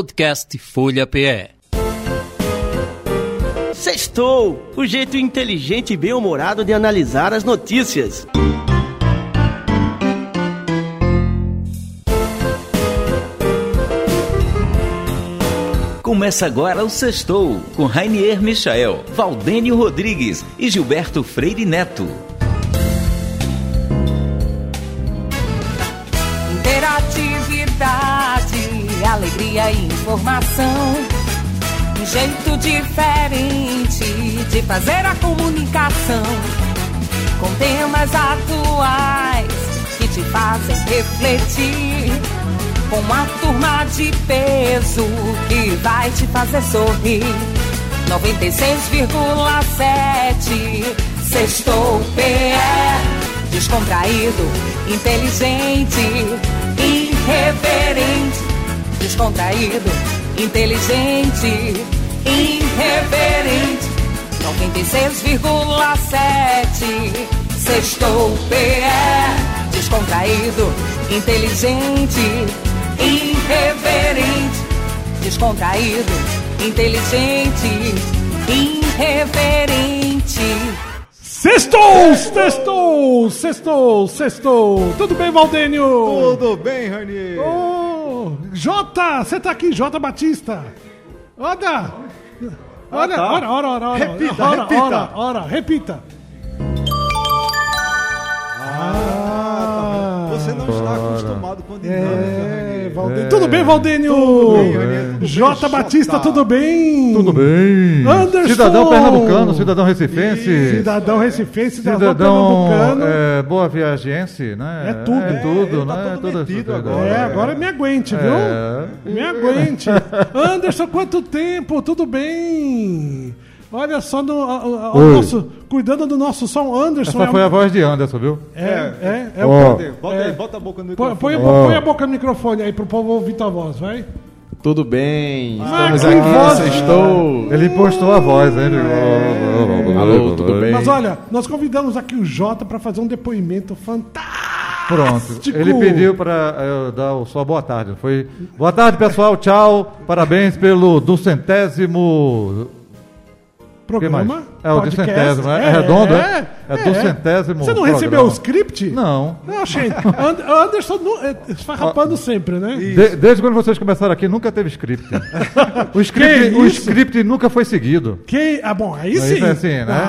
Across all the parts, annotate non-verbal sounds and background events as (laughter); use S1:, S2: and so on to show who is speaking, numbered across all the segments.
S1: Podcast Folha PE.
S2: Sextou! O jeito inteligente e bem-humorado de analisar as notícias.
S3: Começa agora o Sextou, com Rainier Michael, Valdênio Rodrigues e Gilberto Freire Neto.
S4: Interatividade, alegria e informação. Um jeito diferente de fazer a comunicação. Com temas atuais que te fazem refletir. Com uma turma de peso que vai te fazer sorrir. 96,7 Sextou PE. Descontraído, inteligente irreverente, descontraído, inteligente, irreverente. 96,7 Sextou PE, descontraído, inteligente, irreverente, descontraído, inteligente, irreverente.
S5: Sextou, sextou, sextou, sextou. Tudo bem, Valdênio?
S6: Tudo bem, Rani?
S5: Ô, Jota, você tá aqui, Jota Batista. Olha, olha,
S6: tá.
S5: ora, ora, ora, ora.
S6: Repita,
S5: ora,
S6: repita.
S5: Ora, ora, repita. Ah,
S6: Você não está acostumado com dinâmica,
S5: É,
S6: Rani.
S5: Valdênio. Tudo bem, Valdênio?
S6: bem, Ranieri, tudo bem,
S5: Jota
S6: Jota?
S5: Batista, tudo bem?
S7: Tudo bem.
S5: Anderson!
S7: Cidadão pernambucano, cidadão recifense,
S5: Cidadão recifense, cidadão,
S7: cidadão
S5: pernambucano.
S7: é, boa viagense, né?
S5: É tudo.
S7: É tudo,
S6: É,
S7: né?
S6: tá todo
S7: Tudo
S6: metido
S7: isso,
S6: agora.
S5: É, agora me aguente, viu?
S7: É.
S5: Me
S7: (laughs)
S5: aguente. Anderson, quanto tempo? Tudo bem? Olha só, no, a- a- o
S7: Oi.
S5: nosso, cuidando do nosso som, Anderson.
S7: Essa
S5: é
S7: foi
S5: um-
S7: a voz de Anderson, viu?
S5: É, é, é
S7: Ó.
S5: o-
S6: Cadê? Bota aí, bota a boca no
S5: Põe,
S6: microfone.
S5: põe a bo- põe a boca no microfone aí pro povo ouvir tua voz, vai.
S8: Tudo bem,
S5: Mas
S8: estamos
S5: que É voz- É.
S8: aqui, sextou.
S7: Ele postou a voz, né? Ele...
S8: Alô, tudo bem?
S5: Mas olha, nós convidamos aqui o Jota pra fazer um depoimento fantástico.
S7: Pronto. Ele pediu para eu dar o só boa tarde. não Foi boa tarde, pessoal. Tchau. Parabéns pelo duzentésimo
S5: programa.
S7: mais? É, o
S5: podcast.
S7: duzentésimo, é redondo, é? É duzentésimo
S5: Você não
S7: programa.
S5: recebeu o script?
S7: Não.
S5: Não, achei. And- Anderson nu- é, esfarrapando sempre, né?
S7: De- desde quando vocês começaram aqui, nunca teve
S5: (laughs)
S7: script. o, script
S5: Que
S7: o
S5: isso?
S7: script nunca foi seguido.
S5: Que, ah, bom, aí
S7: Isso
S5: sim.
S7: é assim, né?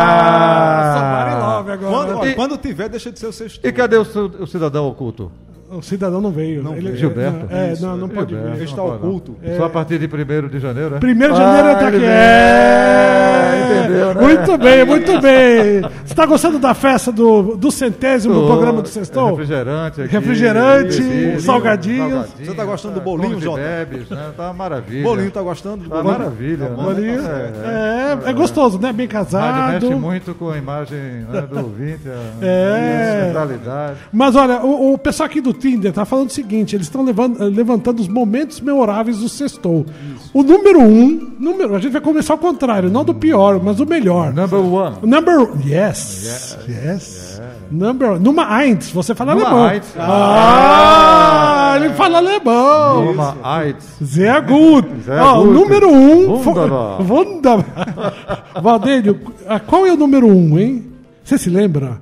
S5: Ah,
S7: Ah!
S5: Somebody Love agora.
S6: Quando, ó,
S7: E-
S6: quando tiver, deixa de ser o sexto.
S7: E cadê o, ci- o cidadão oculto?
S5: O cidadão não veio. Não, ele,
S7: Gilberto?
S5: É, não, é, não, não pode
S7: Gilberto,
S5: vir.
S6: Está
S7: não pode, não.
S6: oculto.
S7: É. Só a partir de 1 de janeiro, né?
S5: Primeiro de janeiro
S7: Ah,
S5: ele tá
S7: ele
S5: aqui.
S7: vem.
S5: É.
S7: Entendeu, né?
S5: Muito bem, muito bem. Você tá gostando da festa do, do centésimo do
S7: Tô. É
S5: programa do Sextou?
S7: Refrigerante aqui.
S5: Refrigerante,
S7: Bebidas,
S5: salgadinhos.
S6: Você tá gostando do bolinho,
S7: comes e
S6: Jota?
S7: bebes, né? Tá uma maravilha.
S6: Bolinho tá gostando?
S7: Tá
S6: Bolinho?
S7: maravilha.
S6: Tá bom,
S7: né?
S5: Bolinho.
S7: É,
S5: É, é gostoso, né? Bem
S7: Rádio
S5: casado.
S7: mexe muito com a imagem né, do ouvinte, a
S5: É.
S7: mentalidade.
S5: Mas olha, o, o pessoal aqui do Tinder tá falando o seguinte: eles estão levando- eh, levantando os momentos memoráveis do Sextou. O número um, número, a gente vai começar ao contrário, não do pior, mas do melhor.
S7: Number one.
S5: Number yes, yes, number numa eins, você fala
S7: Numa
S5: alemão.
S7: eins.
S5: Ah, ele fala alemão.
S7: Ah, Uma AIDS. Tá
S5: Sehr gut.
S7: Sehr
S5: Ó, O
S7: gut.
S5: número um, foi-
S7: Wunderbar.
S5: (laughs) Wunderbar. Valdênio, ah, qual é o número um, hein? Você se lembra?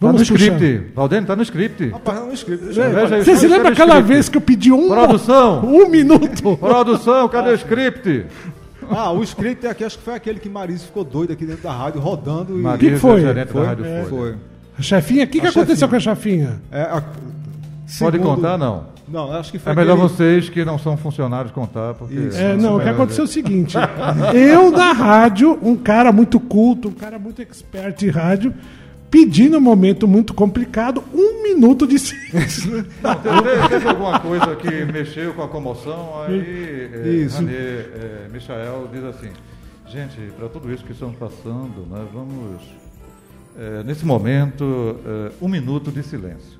S7: Tá no
S5: puxar.
S7: script. Valdênio, tá no script.
S6: Rapaz, é um não
S7: Né,
S6: escreve.
S7: Veja aí,
S5: Você se
S7: escreve
S5: lembra
S7: o
S5: aquela
S7: script.
S5: vez que eu pedi um,
S7: Produção.
S5: um minuto?
S7: Produção, cadê o script?
S6: Ah, o script é aqui, acho que foi aquele que Maris ficou doido aqui dentro da rádio, rodando e...
S7: Maria,
S5: foi?
S7: gerente
S6: Foi?
S7: da Rádio
S6: É,
S7: Folha.
S6: foi.
S5: (laughs) Chefinha, o que, que
S6: A
S5: aconteceu
S6: chefinha.
S5: com a chefinha?
S6: É, a-
S7: Pode
S6: segundo-
S7: contar, não.
S6: Não, acho que foi
S7: É melhor
S6: aquele-
S7: vocês que não são funcionários contar, porque...
S6: Isso.
S5: É, não, o que aconteceu é o seguinte: eu na rádio, um cara muito culto, um cara muito expert em rádio, pedi num momento muito complicado um minuto de (laughs) silêncio.
S7: Teve, teve alguma coisa que mexeu com a comoção, aí é,
S6: Isso.
S7: Ranier, é, Michael diz assim, gente, para tudo isso que estamos passando, nós vamos, é, nesse momento, é, um minuto de
S6: (laughs)
S7: silêncio.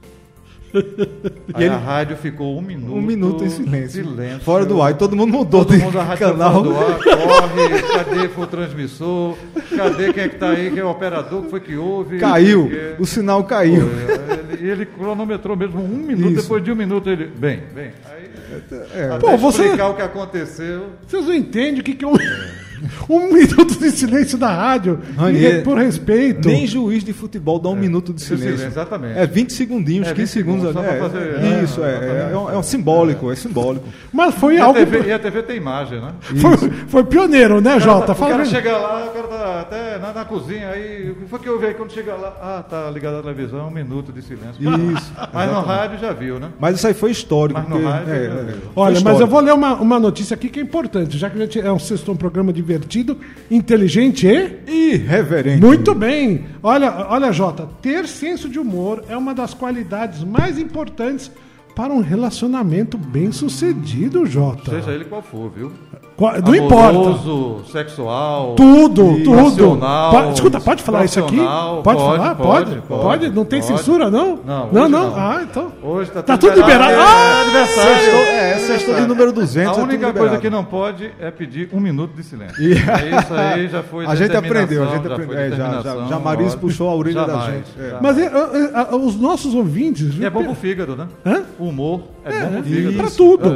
S7: Aí
S6: ele-
S7: a rádio ficou um minuto,
S6: Um minuto em silêncio.
S7: silêncio.
S6: Fora do ar. E todo mundo mudou
S7: Todo
S6: de
S7: mundo arrasta
S6: canal.
S7: do ar, corre, cadê foi o transmissor, cadê quem é que tá aí, quem é o operador, que foi que houve.
S6: Caiu.
S7: não sei o quê.
S6: O sinal caiu.
S7: Ele ele, ele cronometrou mesmo um minuto,
S6: Isso.
S7: depois de um minuto ele. Bem, bem. Aí, até
S5: Pô, você-
S7: explicar o que aconteceu.
S5: Vocês não entendem o que, que é um, (laughs) um minuto de silêncio da rádio.
S6: Ranier,
S5: E por respeito.
S6: Nem juiz de futebol dá um minuto de
S7: de silêncio,
S6: silêncio.
S7: exatamente.
S6: É 20 segundinhos,
S7: É
S6: 15
S7: 20
S6: segundos.
S7: segundos,
S6: ali,
S7: só pra
S6: é,
S7: fazer-
S6: é,
S7: é,
S6: isso, é, é,
S7: exatamente.
S6: é um, é um simbólico, é simbólico.
S5: Mas foi
S7: E a,
S5: algo.
S7: TV, e a TV tem imagem, né?
S5: Foi, foi pioneiro, né,
S7: O cara tá-
S5: Jota?
S7: o cara
S5: Fala mesmo.
S7: chega lá, o cara tá até na, na cozinha, aí o que foi que eu vi aí quando chega lá? Ah, tá ligado a televisão, um minuto de silêncio.
S6: Isso,
S7: Mas no
S6: exatamente.
S7: rádio já viu, né?
S6: Mas isso aí foi histórico. é,
S7: Mas no rádio, né?
S6: foi
S5: Olha, mas
S6: histórico.
S5: eu vou ler uma, uma notícia aqui que é importante, já que a gente é um sexto um programa divertido, inteligente e.
S6: Irreverente.
S5: Muito bem! Olha, olha, Jota, ter senso de humor é uma das qualidades mais importantes para um relacionamento bem sucedido, Jota.
S7: Seja ele qual for, viu?
S5: Qual- Não importa.
S7: Amoroso, sexual.
S5: Tudo,
S7: e
S5: tudo.
S7: racional,
S5: Pa- Escuta, pode falar isso aqui?
S7: profissional,
S5: Pode, falar? Pode? Pode? Não tem
S7: pode.
S5: censura, não?
S7: Não,
S5: não,
S7: hoje
S5: não.
S7: não.
S5: Ah, então.
S7: Hoje tá,
S5: Tá tudo liberado. Ah,
S7: É, aniversário.
S6: Sextou- é, sextou de número 200, é
S7: A
S6: tudo
S7: única coisa
S6: liberado.
S7: que não pode é pedir um minuto de silêncio. Isso aí já foi
S6: A gente
S7: determinação,
S6: aprendeu, a gente
S7: já foi
S6: aprendeu. É, já-
S7: determinação,
S6: já- já Maris
S7: olha.
S6: puxou a orelha da
S7: Jamais,
S6: gente, é.
S7: jamais.
S5: Mas é, é, é, os nossos ouvintes.
S7: E
S5: viu,
S7: é bom pro fígado, né?
S5: Hã?
S7: O humor é, bom pro
S5: É,
S7: fígado.
S5: pra
S6: Isso,
S5: tudo.
S6: é,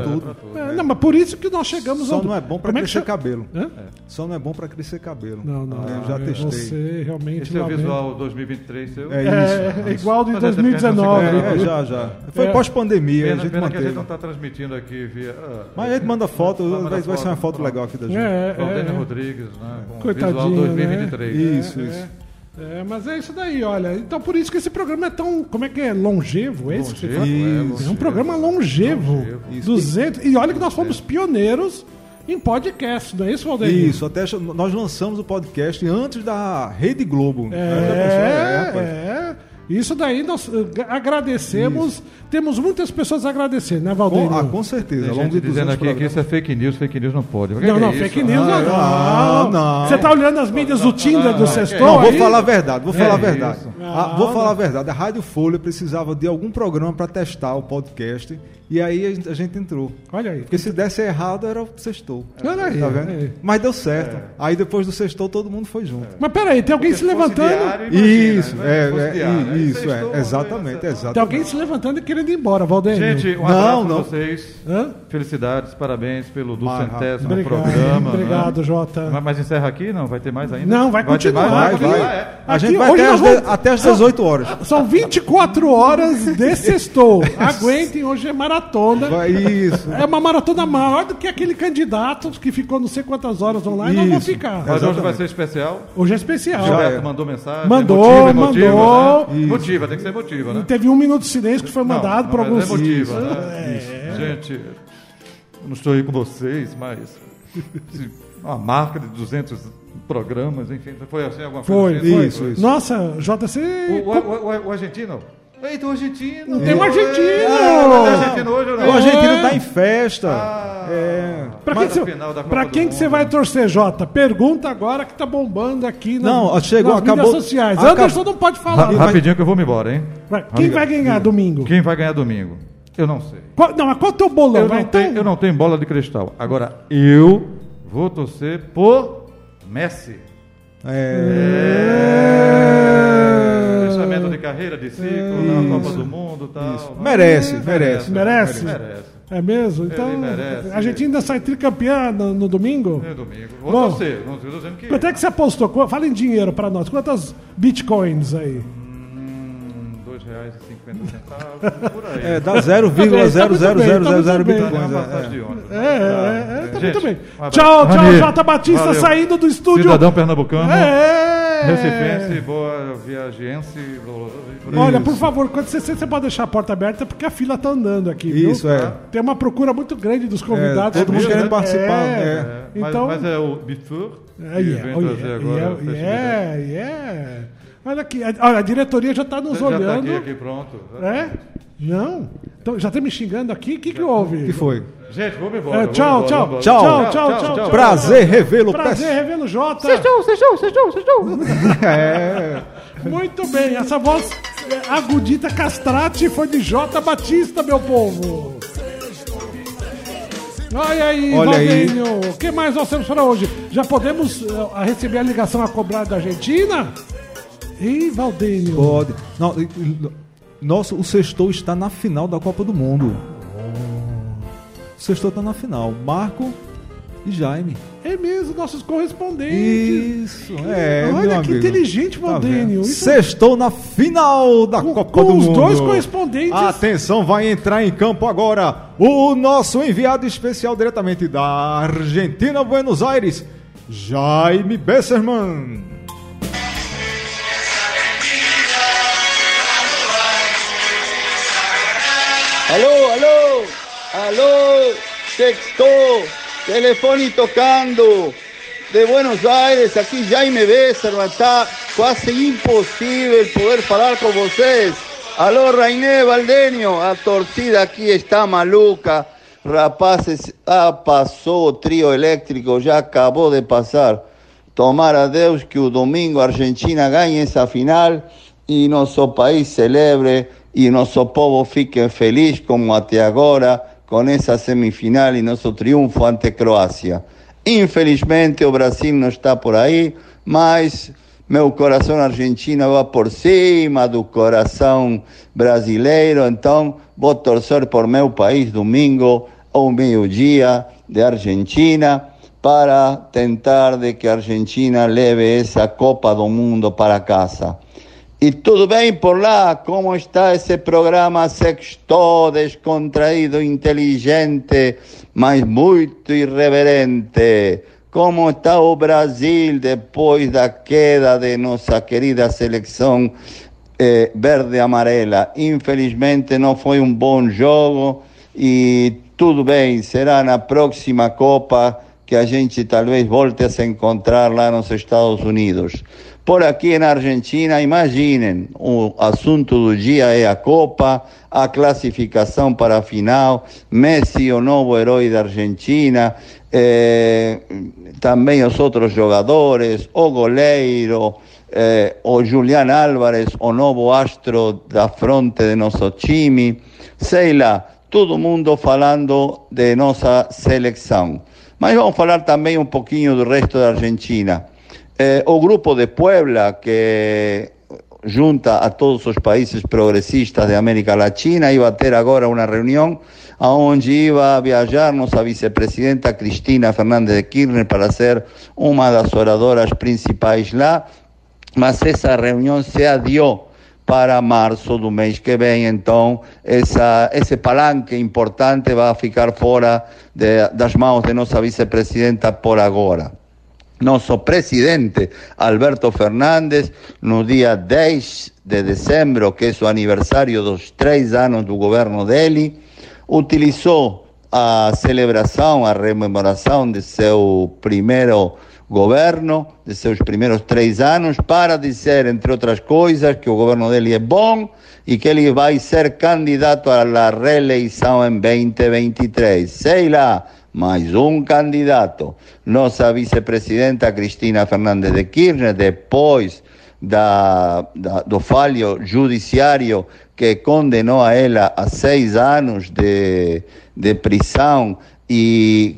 S6: pra
S5: É, não, mas por isso que nós chegamos
S6: Só
S5: ao.
S6: não é bom pra
S5: Como é que chama?
S6: crescer cabelo.
S5: Hã?
S6: Só não é bom pra crescer cabelo.
S5: Não, não.
S6: Eu já
S5: eu-
S6: testei.
S5: Você realmente.
S7: Esse é o
S5: lamento.
S7: visual 2023 seu.
S6: É
S5: É, é igual de
S7: Mas essa piada não se
S5: 2019.
S7: guarda,
S6: É, é,
S5: viu?
S6: já, já. Foi
S5: É.
S6: pós-pandemia, a
S7: Pena,
S6: gente
S7: pena que a gente
S6: manteve.
S7: não tá- está transmitindo aqui via. ah,
S6: Mas a gente manda foto,
S7: Manda
S6: vai, vai ser uma foto
S7: pronto.
S6: legal aqui da gente.
S5: É,
S7: Valdênio
S5: é, é.
S7: Rodrigues, né? Com o
S5: Coitadinho,
S7: visual
S5: né?
S7: 2023.
S6: Isso,
S5: É,
S6: isso.
S5: É, mas é isso daí, olha. Então por isso que esse programa é tão. Como é que é? Longevo? É isso que você
S7: Longevo,
S5: fala?
S7: é,
S5: É um
S7: longevo.
S5: programa longevo.
S7: Longevo.
S5: Isso. 200. E olha que nós
S6: É.
S5: fomos pioneiros em podcast, não é isso, Valdeir?
S6: Isso, até ch- nós lançamos o podcast antes da Rede Globo.
S5: É, é. Isso daí nós eh, gra- agradecemos. Temos muitas pessoas agradecendo, né, Valdeir?
S6: Com, ah, com certeza,
S7: Tem
S6: ao longo
S7: gente
S6: de 200
S7: dizendo aqui que
S6: programas.
S7: isso é fake news, fake news não pode. Mas o
S5: Não,
S7: que
S5: não,
S7: é isso?
S5: fake news não. não.
S6: Ah, não.
S5: Você tá olhando as mídias do Tinder, do Sextor?
S6: Não, vou
S5: aí?
S6: falar a verdade, vou falar a
S7: isso.
S6: verdade. Ah, vou
S5: Não,
S6: falar
S5: não.
S6: a verdade. A Rádio Folha precisava de algum programa para testar o podcast e aí a gente, a gente entrou.
S5: Olha aí.
S6: Porque se desse errado era o sextou.
S5: Olha aí,
S6: tá
S5: olha
S6: vendo?
S5: aí. É.
S6: Mas deu certo.
S7: É.
S6: Aí depois do sextou todo mundo foi junto.
S5: Mas peraí, tem alguém se
S7: fosse
S5: levantando.
S7: diário, imagina,
S6: Isso,
S7: né?
S6: é,
S7: Se fosse
S6: é,
S7: diário, aí
S6: isso,
S7: sextou,
S6: é, exatamente, exatamente.
S5: Tem alguém se levantando e querendo ir embora, Valdeir.
S7: Gente, um
S6: Não,
S7: abraço
S6: não.
S7: a vocês.
S5: Hã?
S7: Felicidades, parabéns pelo
S6: Mas,
S7: duzentésimo
S5: Obrigado,
S7: um programa. né?
S5: obrigado, Jota.
S7: Mas, mas encerra aqui? Não, vai ter mais ainda?
S5: Não, vai
S7: ter
S5: continuar,
S7: mais?
S6: Vai,
S5: Aqui-
S6: vai.
S7: é.
S6: A
S5: aqui
S6: gente vai
S5: hoje
S6: até
S5: nós
S6: as,
S5: vamos-
S6: de- até as 18 horas.
S5: São 24 horas de sextou. Aguentem, hoje é maratona.
S6: Vai, isso.
S5: É uma maratona maior do que aquele candidato que ficou não sei quantas horas online. Não vou
S6: Isso.
S5: ficar.
S7: Mas hoje vai
S6: Exatamente.
S7: ser especial.
S5: Hoje é especial.
S6: Já
S7: Gilberto
S6: é.
S7: mandou mensagem. é
S5: Mandou,
S7: emotiva,
S5: mandou.
S7: Né? Motiva, tem que ser motiva, né?
S5: Teve um minuto de silêncio que foi
S7: Não,
S5: mandado por
S7: mas
S5: alguns.
S7: É motiva,
S5: Isso. É.
S7: né? Gente, eu não estou aí com vocês, mas se- uma marca de 200 programas, enfim, foi assim alguma
S5: Foi,
S7: coisa? assim?
S5: foi.
S6: Isso, isso.
S5: Nossa, JC.
S7: O, o, o- o- o argentino? Eita, o argentino!
S5: Tem um argentino!
S7: Ah, não tem argentino hoje ou não?
S6: O argentino
S5: É.
S6: tá em festa. é.
S5: Pra quem,
S7: Mas
S5: que
S7: a
S5: você-
S7: final da Copa
S5: pra
S7: do
S5: quem que
S7: Mundo.
S5: você vai torcer, Jota? Pergunta agora que tá bombando aqui nas,
S6: Não, ó, chegou,
S5: nas
S6: acabou-
S5: mídias sociais.
S6: acabou-
S5: Anderson não pode falar.
S7: Ra- Rapidinho que eu vou me embora, hein?
S5: Vai, Quem vai ganhar domingo?
S7: Quem vai ganhar domingo? Eu não sei.
S5: Qual- não, mas qual é o teu bolão?
S7: Eu
S5: vai,
S7: não, tenho, eu não tenho bola de cristal. Agora, eu vou torcer por Messi. É. Fechamento de carreira, de
S5: É
S7: ciclo, na Copa do Mundo tal. Mas
S6: Merece, merece.
S5: Merece?
S7: Merece.
S5: É mesmo? Então,
S7: merece.
S5: a gente ainda sai tricampeã no, no domingo?
S7: É domingo. Vou
S5: Bom,
S7: torcer. Não estou dizendo que.
S5: Quanto é que você apostou? Qu- Fala em dinheiro pra nós. Quantas bitcoins aí?
S7: Hum, dois reais e cinquenta centavos, por aí.
S6: É, dá
S5: Tá muito bem, tá muito bem.
S7: Dá uma
S6: 0,00000 bitcoins.
S7: passagem de ônibus. né?
S5: É, é, é, tá
S7: Gente,
S5: muito bem.
S7: um abraço.
S5: Tchau, tchau,
S7: Valeu.
S5: Jota Batista
S7: Valeu.
S5: saindo do estúdio.
S7: Cidadão pernambucano.
S5: É.
S7: Recifense, boa viagense.
S5: Olha, por favor, quando você você pode deixar a porta aberta, porque a fila tá andando aqui, viu?
S6: Isso, é.
S5: Tem uma procura muito grande dos convidados.
S6: todo mundo querendo participar, né?
S5: É.
S7: Mas,
S5: Então,
S7: mas é o Bitur
S5: É, yeah, oh, yeah, yeah, yeah, yeah. é. Olha aqui, a- olha, a diretoria já está nos
S7: Já tá
S5: olhando.
S7: aqui, aqui, pronto.
S5: É? Não? Então, já está me xingando aqui? O que, que houve?
S6: O que foi?
S7: Gente, vamos embora.
S5: É,
S7: vamos
S5: tchau,
S7: embora,
S5: tchau, tchau,
S7: vamos
S5: tchau,
S7: embora.
S5: tchau, tchau, tchau.
S6: Prazer revê-lo.
S5: Prazer,
S6: peço.
S5: Revelo Jota. Vocês estão, vocês estão, vocês estão, vocês estão. Muito bem, essa voz é, agudita castrate foi de Jota Batista, meu povo. Olha aí,
S6: Olha aí.
S5: Valdênio. O que mais nós temos para hoje? Já podemos eh, receber a ligação a cobrar da Argentina? Ih, Valdênio.
S6: Pode. Não, e- e- Nossa, o Sextou está na final da Copa do Mundo. O Sextou está na final. Marco e Jaime.
S5: É mesmo, nossos correspondentes.
S6: Isso, é.
S5: Olha
S6: meu
S5: que
S6: amigo. Tá
S5: inteligente, Valdênio.
S6: vendo?
S5: Isso- é
S6: Sextou na final da
S5: Com-
S6: Copa
S5: com
S6: do
S5: os
S6: Mundo.
S5: dois correspondentes.
S6: Atenção, vai entrar em campo agora o nosso enviado especial diretamente da Argentina, Buenos Aires, Jaime Besserman.
S9: Alô, alô, alô, sextou, telefone tocando, de Buenos Aires, aqui Jaime Besserman, está quase impossível poder falar com vocês. Alô, Rainé Valdenio, a torcida aqui está maluca, rapazes, ah, passou o trio elétrico, já acabou de passar. Tomara a Deus que o domingo a Argentina ganhe essa final e nosso país celebre e nosso povo fique feliz como até agora com essa semifinal e nosso triunfo ante a Croácia. Infelizmente o Brasil não está por aí, mas meu coração argentino vai por cima do coração brasileiro, então vou torcer por meu país domingo ao meio-dia de Argentina para tentar de que a Argentina leve essa Copa do Mundo para casa. E tudo bem por lá? Como está esse programa sexto, descontraído, inteligente, mas muito irreverente? Como está o Brasil depois da queda de nossa querida seleção eh, verde-amarela? Infelizmente não foi um bom jogo e tudo bem, será na próxima Copa que a gente talvez volte a se encontrar lá nos Estados Unidos. Por aqui na Argentina, imaginem, o assunto do dia é a Copa, a classificação para a final, Messi, o novo herói da Argentina, eh, também os outros jogadores, o goleiro, eh, o Julián Álvarez, o novo astro da fronte de nosso time, sei lá, todo mundo falando de nossa seleção. Mas vamos falar também um pouquinho do resto da Argentina. Eh, o grupo de Puebla, que junta a todos os países progressistas de América Latina, iba a ter agora uma reunião aonde iba a viajar nossa vicepresidenta Cristina Fernández de Kirchner para ser uma das oradoras principais lá, mas essa reunião se adiou para março do mês que vem, então essa, esse palanque importante vai ficar fora de- das mãos de nossa vicepresidenta por agora. Nosso presidente Alberto Fernández, no dia 10 de dezembro, que é o aniversário dos três anos do governo dele, utilizou a celebração, a rememoração de seu primeiro governo, de seus primeiros três anos, para dizer, entre outras coisas, que o governo dele é bom e que ele vai ser candidato à reeleição em 2023. Sei lá, mais um candidato. Nossa vicepresidenta Cristina Fernández de Kirchner, depois da, da- do falho judiciário que condenou a ela a seis anos de, de prisão e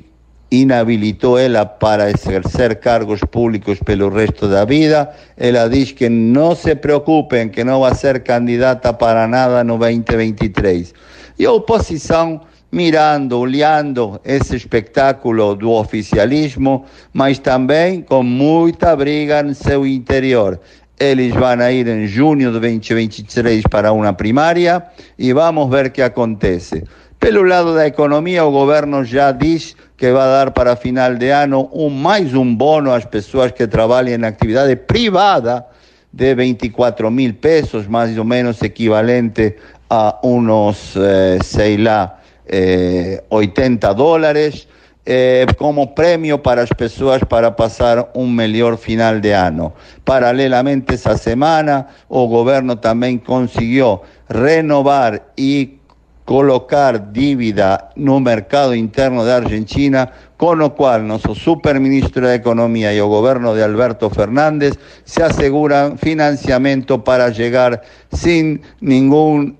S9: inhabilitou ela para exercer cargos públicos pelo resto da vida. Ela diz que não se preocupem, que não vai ser candidata para nada no 2023. E a oposição mirando, olhando esse espetáculo do oficialismo, mas também com muita briga no seu interior. Eles vão a ir em junho de 2023 para uma primária e vamos ver o que acontece. Pelo lado da economia, o governo já diz que vai dar para final de ano um, mais um bono às pessoas que trabalham em atividade privada de 24 mil pesos, mais ou menos equivalente a unos, eh, sei lá, eh, 80 dólares, eh, como premio para as pessoas para passar um melhor final de ano. Paralelamente, essa semana, o governo também conseguiu renovar e colocar dívida no mercado interno da Argentina, con lo cual nuestro superministro de Economía y el gobierno de Alberto Fernández se aseguran financiamiento para llegar sin ningún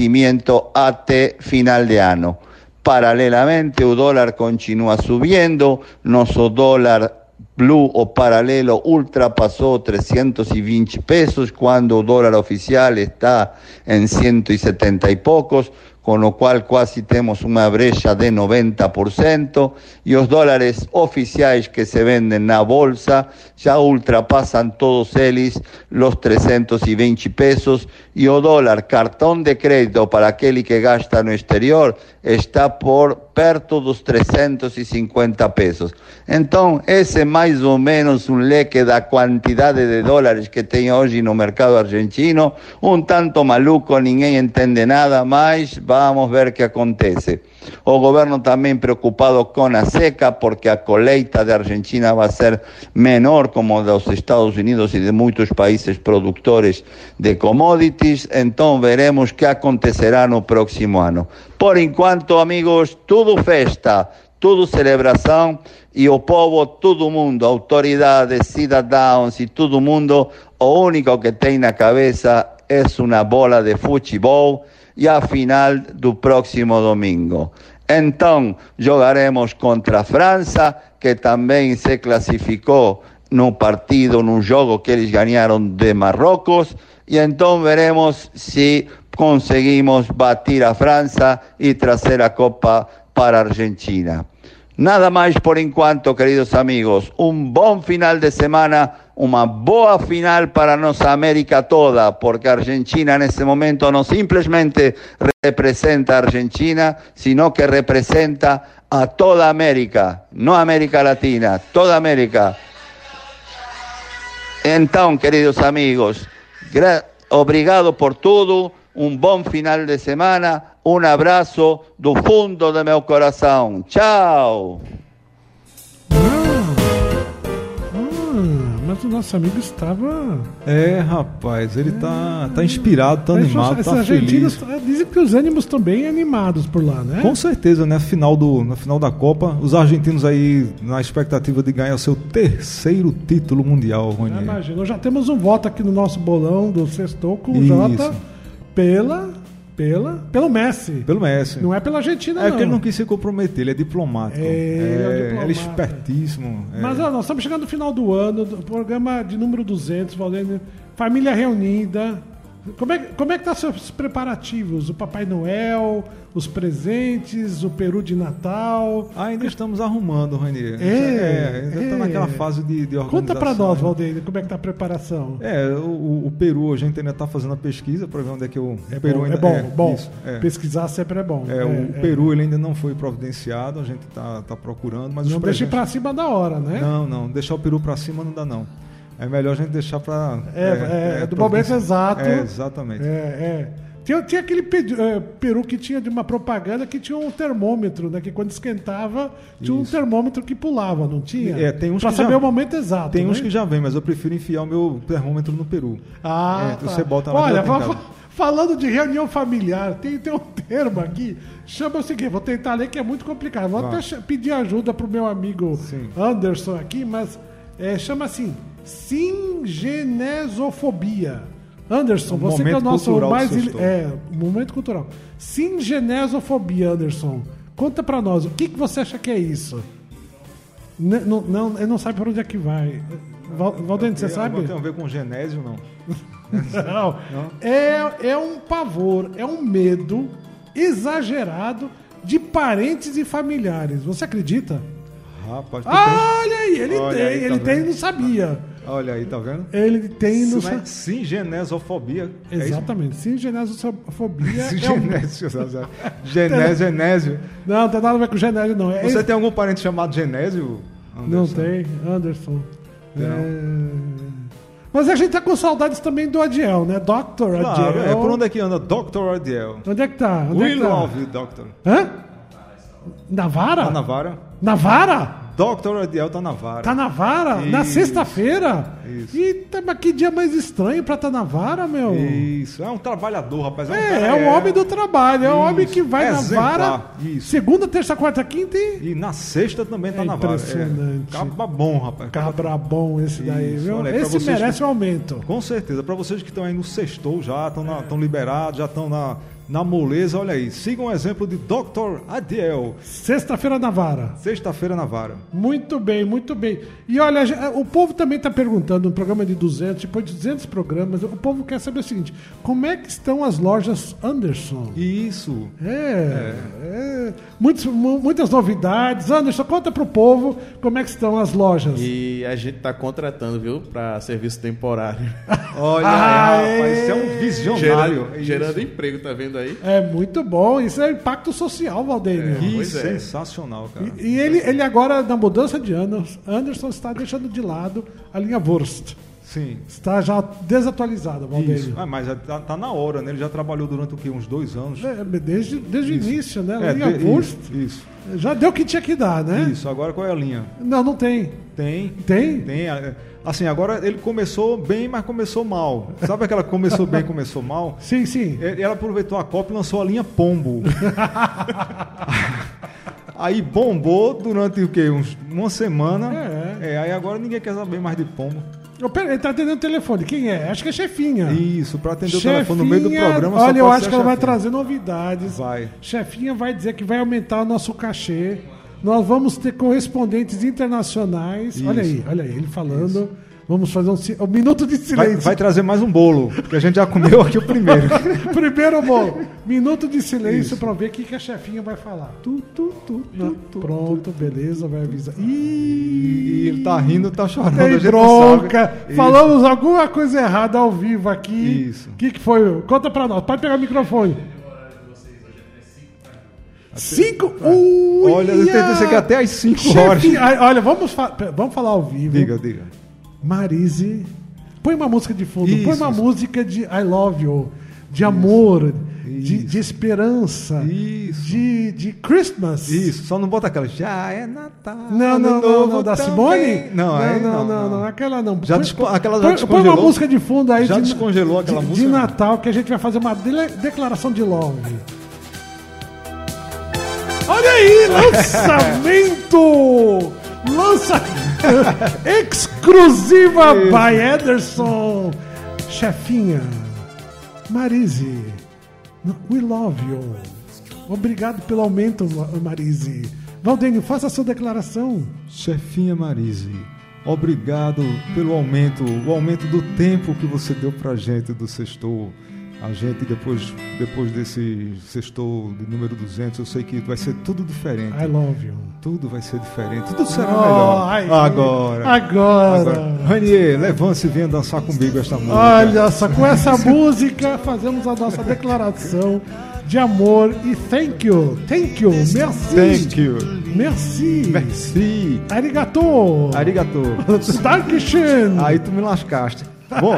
S9: aquecimiento hasta final de año. Paralelamente, el dólar continúa subiendo, nuestro dólar Blue o Paralelo Ultra pasó 320 pesos cuando el dólar oficial está en 170 y pocos, con lo cual casi tenemos una brecha de 90% y los dólares oficiales que se venden en la bolsa ya ultrapasan todos ellos los 320 pesos y el dólar cartón de crédito para aquel que gasta no exterior está por perto dos 350 pesos. Então, esse é mais ou menos um leque da quantidade de dólares que tem hoje no mercado argentino. Um tanto maluco, ninguém entende nada, mas vamos ver o que acontece. O governo também preocupado com a seca, porque a colheita da Argentina vai ser menor, como a dos Estados Unidos e de muitos países produtores de commodities. Então, veremos o que acontecerá no próximo ano. Por enquanto, amigos, tudo festa, tudo celebração e o povo, todo mundo, autoridades, cidadãos e todo mundo, o único que tem na cabeça é uma bola de futebol e a final do próximo domingo. Então, jogaremos contra a França, que também se classificou num partido, num jogo que eles ganharam de Marrocos, e então veremos se conseguimos batir a França e trazer a Copa para a Argentina. Nada más por enquanto, queridos amigos. Un buen final de semana, una boa final para nos América toda, porque Argentina en este momento no simplemente representa a Argentina, sino que representa a toda América, no América Latina, toda América. Entonces, Então, queridos amigos, gra- obrigado por todo, un buen final de semana, un abrazo do fundo de meu corazón. Chao.
S5: Ah, mas o nosso amigo estava.
S6: É, rapaz, ele tá, tá inspirado, tá animado,
S5: É, Esses
S6: tá
S5: argentinos
S6: feliz.
S5: ah, dizem que os ânimos estão bem animados por lá, né?
S6: Com certeza, né? Final do, na final da Copa, os argentinos aí na expectativa de ganhar o seu terceiro título mundial,
S5: Já
S6: Rony.
S5: Imagina, já temos um voto aqui no nosso bolão do Sextou com o
S6: Isso.
S5: Jota pela, pela, pelo Messi.
S6: Pelo Messi.
S5: Não é pela Argentina,
S6: É
S5: não.
S6: porque ele não quis se comprometer, ele é diplomático.
S5: É, ele é um diplomata.
S6: ele é espertíssimo. é.
S5: Mas ó, nós estamos chegando no final do ano, do programa de número 200, Valdênio. Família reunida. Como é, que- como é que tá seus preparativos? O Papai Noel, os presentes, o peru de Natal?
S6: Ainda estamos arrumando, Renier.
S5: É,
S6: ainda
S5: é.
S6: está naquela fase de, de organização.
S5: Conta pra nós,
S6: né?
S5: Valdênio, como é que tá a preparação?
S6: É, o, o Peru, a gente ainda está fazendo a pesquisa para ver onde é que o
S5: É
S6: Peru
S5: bom,
S6: ainda
S5: é bom, bom.
S6: isso, é.
S5: pesquisar sempre é bom.
S6: É, o Peru ele ainda não foi providenciado, a gente está tá procurando, mas os
S5: Não deixe
S6: presentes-
S5: pra cima da hora, né?
S6: Não, não, deixar o peru para cima não dá não. É melhor a gente deixar para
S5: É, é, do momento exato.
S6: exatamente.
S5: É, é. Tinha, tinha aquele pe- é, peru que tinha de uma propaganda que tinha um termômetro, né? Que quando esquentava, tinha um termômetro que pulava, não tinha?
S6: É, tem uns
S5: pra
S6: que
S5: saber
S6: já-
S5: o momento exato.
S6: Tem
S5: né?
S6: uns que já vem, mas eu prefiro enfiar o meu termômetro no peru.
S5: Ah,
S6: É,
S5: tá.
S6: você bota lá
S5: Olha,
S6: dentro de
S5: fa-
S6: casa.
S5: falando de reunião familiar, tem, tem um termo aqui. Chama o seguinte, vou tentar ler que é muito complicado. Vou até ch- pedir ajuda pro meu amigo
S6: Sim.
S5: Anderson aqui, mas é, chama assim: singenesofobia. Anderson,
S6: Um
S5: você que é o
S6: momento
S5: nosso
S6: cultural
S5: mais.
S6: que
S5: il-
S6: assustou.
S5: É, um momento cultural. Singenesofobia, Anderson. Conta pra nós, o que, que você acha que é isso? N- não, não, ele não sabe pra onde é que vai. Val- Valdente, você
S6: Tem-
S5: sabe?
S6: Tem a ver com genésio, não?
S5: Não. É, é um pavor, é um medo exagerado de parentes e familiares. Você acredita?
S6: Rapaz, tu
S5: Ah, olha aí, ele
S6: Olha
S5: tem,
S6: aí, tá
S5: ele tem e
S6: vendo?
S5: não sabia.
S6: tem- Olha aí, tá vendo?
S5: Ele tem e não
S6: Sim,
S5: sabia.
S6: sim, genésofobia. É isso?
S5: Exatamente. Sim,
S6: (laughs)
S5: genesofobia
S6: Sim,
S5: é um...
S6: genésio, exato. genésio, genésio.
S5: Não, não tem nada a ver com genésio, não. É
S6: Você
S5: esse-
S6: tem algum parente chamado genésio? Anderson?
S5: Não tem, Anderson. É. Mas a gente tá com saudades também do Adiel, né? Dr. Adiel.
S6: Claro, é por onde é que anda Dr. Adiel?
S5: Onde é que tá? Onde é
S6: We
S5: que tá?
S6: love you, Doctor.
S5: Hã? Navara?
S6: Tá na vara?
S5: Navara?
S6: Dr. Adiel tá na vara.
S5: Tá na vara? Na
S6: Isso.
S5: sexta-feira?
S6: Isso.
S5: Eita, mas que dia mais estranho pra tá na vara, meu?
S6: Isso, é um trabalhador, rapaz. um
S5: É,
S6: cara-
S5: é o homem do trabalho, é o homem que vai
S6: É
S5: na
S6: exemplar.
S5: vara.
S6: Isso.
S5: Segunda, terça, quarta, quinta e.
S6: E na sexta também tá
S5: É
S6: na vara.
S5: impressionante.
S6: É, Caba bom, rapaz.
S5: Cabra bom esse daí,
S6: Isso,
S5: viu?
S6: olha aí, pra
S5: esse
S6: vocês
S5: merece
S6: que-
S5: um aumento.
S6: Com certeza. Pra vocês que estão aí no sextou já, estão liberados, já estão na, na moleza, olha aí. Siga um exemplo de Dr. Adiel.
S5: Sexta-feira na vara.
S6: Sexta-feira na vara.
S5: Muito bem, muito bem. E olha, já- o povo também está perguntando, um programa de 200, depois de 200 programas, o povo quer saber o seguinte, como é que estão as lojas Anderson?
S6: Isso.
S5: É, é. Muitos- mu- muitas novidades. Anderson, conta pro povo como é que estão as lojas.
S8: E a gente tá contratando, viu? Pra serviço temporário.
S6: Olha,
S5: Aê!
S6: rapaz, isso é um visionário.
S8: Gerando-
S6: É isso.
S8: gerando emprego, tá vendo aí?
S5: É muito bom, isso é impacto social, Valdênio.
S6: Que
S8: Pois é.
S6: sensacional, cara.
S5: E ele, ele agora, na mudança de anos, Anderson está deixando de lado a linha Wurst.
S6: Sim.
S5: Está já desatualizada,
S6: Isso.
S5: Valdênio.
S6: Ah, mas tá, tá na hora, né? Ele já trabalhou durante o quê? Uns dois anos.
S5: É, Desde, desde o início, né? A
S6: É,
S5: linha
S6: de-
S5: Wurst
S6: isso, Isso,
S5: já deu o que tinha que dar, né?
S6: isso. Agora qual é a linha?
S5: Não, não tem.
S6: Tem.
S5: Tem?
S6: Tem. é, Assim, agora ele começou bem, mas começou mal. Sabe aquela começou bem, começou mal?
S5: Sim, sim.
S6: E- Ela aproveitou a Copa e lançou a
S5: (laughs)
S6: linha Pombo. aí bombou durante o quê? Uns, uma semana.
S5: É.
S6: É, aí agora ninguém quer saber mais de Pombo.
S5: Ô, pera, ele está atendendo o telefone. Quem é? Acho que é chefinha.
S6: Isso, pra atender
S5: Chefinha,
S6: o telefone no meio do programa. só
S5: Olha, eu
S6: pode
S5: acho
S6: ser
S5: que
S6: a
S5: ela vai
S6: chefinha.
S5: trazer novidades.
S6: Vai.
S5: Chefinha vai dizer que vai aumentar o nosso cachê. Nós vamos ter correspondentes internacionais. Olha aí, olha aí, ele falando. Vamos fazer um, si- um minuto de
S6: Vai,
S5: silêncio.
S6: vai trazer mais um bolo, que a gente já comeu aqui o primeiro.
S5: (laughs)
S6: (laughs)
S5: Primeiro, bom, minuto de silêncio para ver o que, que a chefinha vai falar. Tu, tu, tu, tu, tu, Pronto, beleza, vai avisar.
S6: E
S5: Ih,
S6: ele tá rindo, tá chorando. a
S5: tem
S6: gente não
S5: bronca.
S6: sabe. Isso.
S5: Falamos alguma coisa errada ao vivo aqui.
S6: Isso.
S5: O que, que foi? Conta para nós. Pode pegar o microfone. Cinco. Ui,
S6: Ah. Olha, eu tentei isso aqui até às 5 horas.
S5: Chefinha, ai, olha, vamos, fa- vamos falar ao vivo.
S6: Diga, diga.
S5: Marise. Põe uma música de fundo,
S6: Isso,
S5: põe uma
S6: isso.
S5: música de I love you, de amor, De, de esperança,
S6: Isso.
S5: De, de Christmas.
S6: Isso, só não bota aquela. Já é Natal.
S5: Não,
S6: ano
S5: não, não,
S6: novo
S5: não, da
S6: também.
S5: Simone?
S6: Não,
S5: não,
S6: aí
S5: não, não, não, aquela não.
S6: Já
S5: Põe-
S6: desco- aquela já
S5: põe, põe uma
S6: descongelou?
S5: música de fundo aí
S6: Já
S5: de,
S6: descongelou aquela
S5: de- de
S6: música?
S5: Natal que a gente vai fazer uma dele- declaração de love. Olha
S6: (laughs)
S5: aí, lançamento! Lança (laughs) exclusiva by Ederson. Chefinha, Marise, no- we love you. Obrigado pelo aumento, Ma- Marise. Valdênio, faça a sua declaração.
S6: Chefinha Marise, obrigado pelo aumento, o aumento do tempo que você deu pra gente do sextou. A gente, depois, depois desse sextou de número 200, eu sei que vai ser tudo diferente.
S5: I love you.
S6: Tudo vai ser diferente, tudo será
S5: Oh,
S6: melhor.
S5: ai,
S6: agora.
S5: agora.
S6: Ranier, levante-se e venha dançar comigo esta música.
S5: Olha só, com essa música fazemos a nossa declaração de amor e thank you, thank you, merci,
S6: Thank you.
S5: merci,
S6: Merci.
S5: arigato,
S6: Arigato.
S5: Tá Dankeschön.
S6: Aí tu me lascaste. Bom,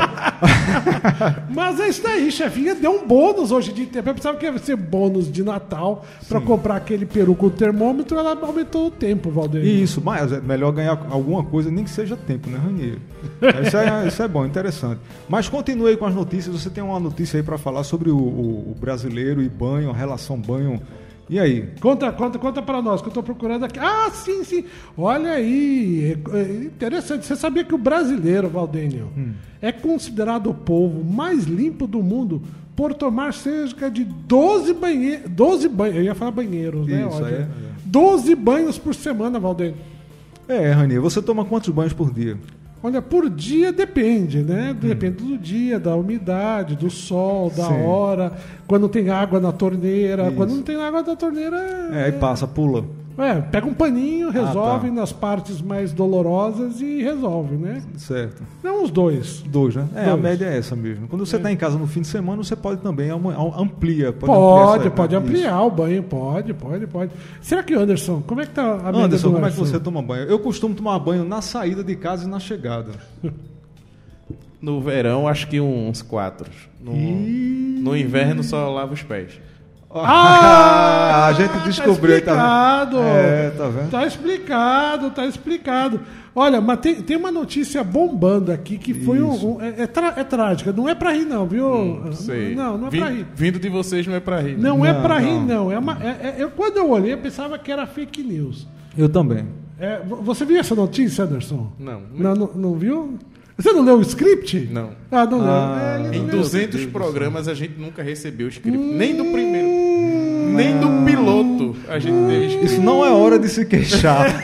S5: Mas é isso daí, chefinha. Deu um bônus hoje de tempo. Eu pensava que ia ser bônus de Natal pra comprar aquele peru com o termômetro. Ela aumentou o tempo, Valdeir.
S6: e isso, mas é melhor ganhar alguma coisa, nem que seja tempo, né, Ranier? Isso é, isso é bom, interessante. Mas continue aí com as notícias. Você tem uma notícia aí pra falar sobre o, o- o brasileiro e banho, a relação banho. E aí?
S5: Conta, conta, conta pra nós, que eu tô procurando aqui. Ah, sim, sim. Olha aí. é- é interessante. Você sabia que o brasileiro, Valdênio,
S6: Hum.
S5: é considerado o povo mais limpo do mundo por tomar cerca de 12 banheiros. 12 banheiros. Eu ia falar banheiros, né?
S6: Isso,
S5: Roger?
S6: é, é.
S5: 12 banhos por semana, Valdênio.
S6: É, Ranier, você toma quantos banhos por dia?
S5: Olha, por dia depende, né? Depende do dia, da umidade, do sol, da
S6: Hum. Sim.
S5: hora, quando tem água na torneira.
S6: Isso.
S5: Quando não tem água na torneira.
S6: É, aí passa, pula.
S5: É, pega um paninho, resolve
S6: tá.
S5: nas partes mais dolorosas e resolve, né?
S6: Certo.
S5: Não os dois.
S6: Dois, né? É, a
S5: Dois.
S6: média é essa mesmo. Quando você está em casa no fim de semana, você pode também ama- am- amplia. Pode,
S5: Pode,
S6: essa-
S5: pode
S6: né? isso.
S5: ampliar o banho, pode, pode, pode. Será que, Anderson, como é que tá a média
S6: Anderson,
S5: do
S6: como é que
S5: Anderson?
S6: você toma banho? Eu costumo tomar banho na saída de casa e na chegada.
S8: No verão, acho que uns quatro. No, no inverno, só lavo os pés.
S5: Ah,
S6: (laughs) a gente descobriu,
S5: tá
S6: tá
S5: explicado.
S6: vendo? É, tá vendo?
S5: Tá explicado, tá explicado. Olha, mas tem, tem uma notícia bombando aqui que foi um, um- é, é trá- é trágica. Não é pra rir não, viu?
S8: Não sei.
S5: Não, não é
S8: Vin-
S5: pra rir.
S8: Vindo de vocês não é pra rir.
S5: Não, é
S6: Hum, Não,
S5: pra rir
S6: não.
S5: não. É uma- é- é- eu quando eu olhei eu pensava que era fake news.
S6: Eu também.
S5: É, vo- você viu essa notícia, Anderson?
S8: Não.
S5: Não, não, não viu? Você não leu o script?
S8: Não.
S5: Ah, não
S7: Ah.
S5: leu. É, ele
S8: Em
S5: não leu.
S8: 200 programas a gente nunca recebeu o script. Nem do primeiro. Nem do piloto a gente teve script.
S6: Isso não é hora de se queixar.
S5: (laughs)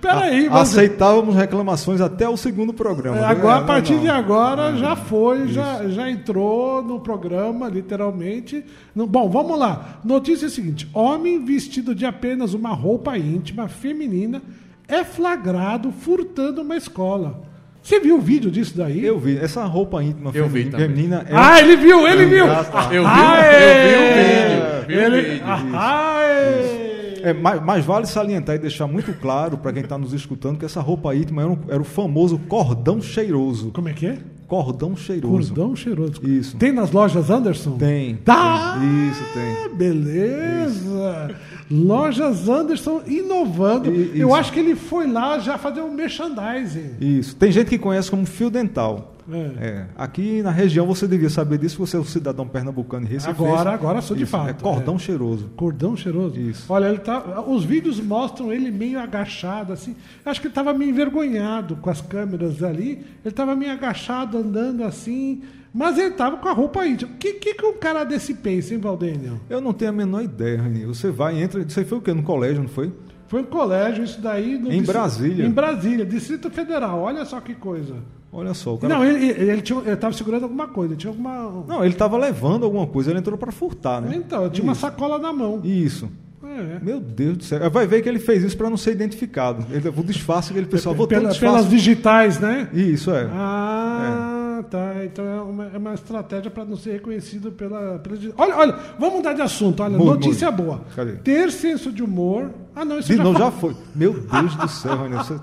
S5: Peraí, mas
S6: Aceitávamos reclamações até o segundo programa.
S5: É,
S6: Não
S5: Agora, a
S6: era,
S5: partir
S6: não.
S5: de agora, já foi, já, já entrou no programa, literalmente. No- Bom, vamos lá. Notícia é a seguinte: homem vestido de apenas uma roupa íntima feminina é flagrado furtando uma escola. Você viu o vídeo disso daí?
S6: Eu vi. Essa roupa íntima
S8: Eu vi
S6: femi-
S8: também.
S6: feminina é
S5: Ah, ele viu, ele viu!
S6: Ah, tá.
S8: Eu vi,
S5: Aê!
S8: eu vi o vídeo, vi o
S5: Ele-
S8: vídeo,
S5: Ah, Aê!
S6: É, mas, mas vale salientar e deixar muito claro para quem está nos escutando que essa roupa íntima era, um- era o famoso cordão cheiroso.
S5: Como é que é?
S6: Cordão cheiroso.
S5: Cordão cheiroso.
S6: Isso.
S5: Tem nas lojas Anderson?
S6: Tem.
S5: Tá!
S6: Tem. Isso, tem.
S5: Beleza! Lojas Anderson inovando.
S6: I-
S5: Eu
S6: isso.
S5: acho que ele foi lá já fazer um merchandising.
S6: Isso. Tem gente que conhece como fio dental.
S5: É.
S6: É. Aqui na região você devia saber disso, você é um cidadão pernambucano e recifense.
S5: Agora- agora sou de
S6: Isso,
S5: fato.
S6: É cordão
S5: É.
S6: cheiroso.
S5: Cordão cheiroso.
S6: Isso.
S5: Olha, ele tá. Os vídeos mostram ele meio agachado, assim. Acho que ele estava meio envergonhado com as câmeras ali. Ele estava meio agachado, andando assim. Mas ele estava com a roupa íntima. O que, que, que um cara desse pensa, hein, Valdênio?
S6: Eu não tenho a menor ideia, Reni. Você vai, entra. Você foi o quê? No colégio, não foi?
S5: Foi um colégio, isso daí. no
S6: Em Brasília.
S5: Em Brasília, Distrito Federal. Olha só que coisa.
S6: Olha só, o cara.
S5: Não, ele, ele, ele tinha- ele tava segurando alguma coisa. Ele tinha alguma.
S6: Não, ele estava levando alguma coisa, ele entrou para furtar, né?
S5: Então, tinha uma sacola na mão.
S6: Isso.
S5: É.
S6: Meu Deus do céu. Vai ver que ele fez isso para não ser identificado. Ele, o disfarce que ele pessoal botou
S5: Pela-
S6: um
S5: pelas
S6: disfarce.
S5: digitais, né?
S6: Isso é.
S5: Ah, tá. Então é uma, é uma estratégia para não ser reconhecido pela, pela digi- Olha, olha, vamos mudar de assunto. Olha,
S6: Mude,
S5: notícia
S6: mude.
S5: boa.
S6: Cadê?
S5: Ter senso de humor. Ah, não, isso
S6: De
S5: já
S6: novo,
S5: fa-
S6: já foi. Meu Deus do céu, Rony. Você...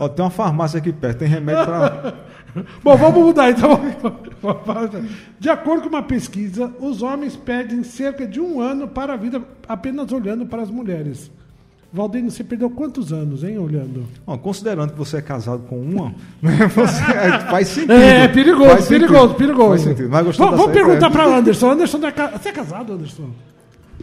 S6: Ó, tem uma farmácia aqui perto, tem remédio para.
S5: Bom, vamos mudar então. (laughs) De acordo com uma pesquisa, os homens perdem cerca de um ano para a vida apenas olhando para as mulheres. Valdênio, você perdeu quantos anos, hein, olhando?
S6: considerando que você é casado com uma, (laughs) né, você- é, faz sentido.
S5: É, é perigoso,
S6: Faz sentido.
S5: perigoso, perigoso.
S6: Faz sentido. Mas gostou
S5: Vamos-
S6: da
S5: vamos
S6: saída?
S5: perguntar para Anderson. Anderson, não é ca- você é casado, Anderson?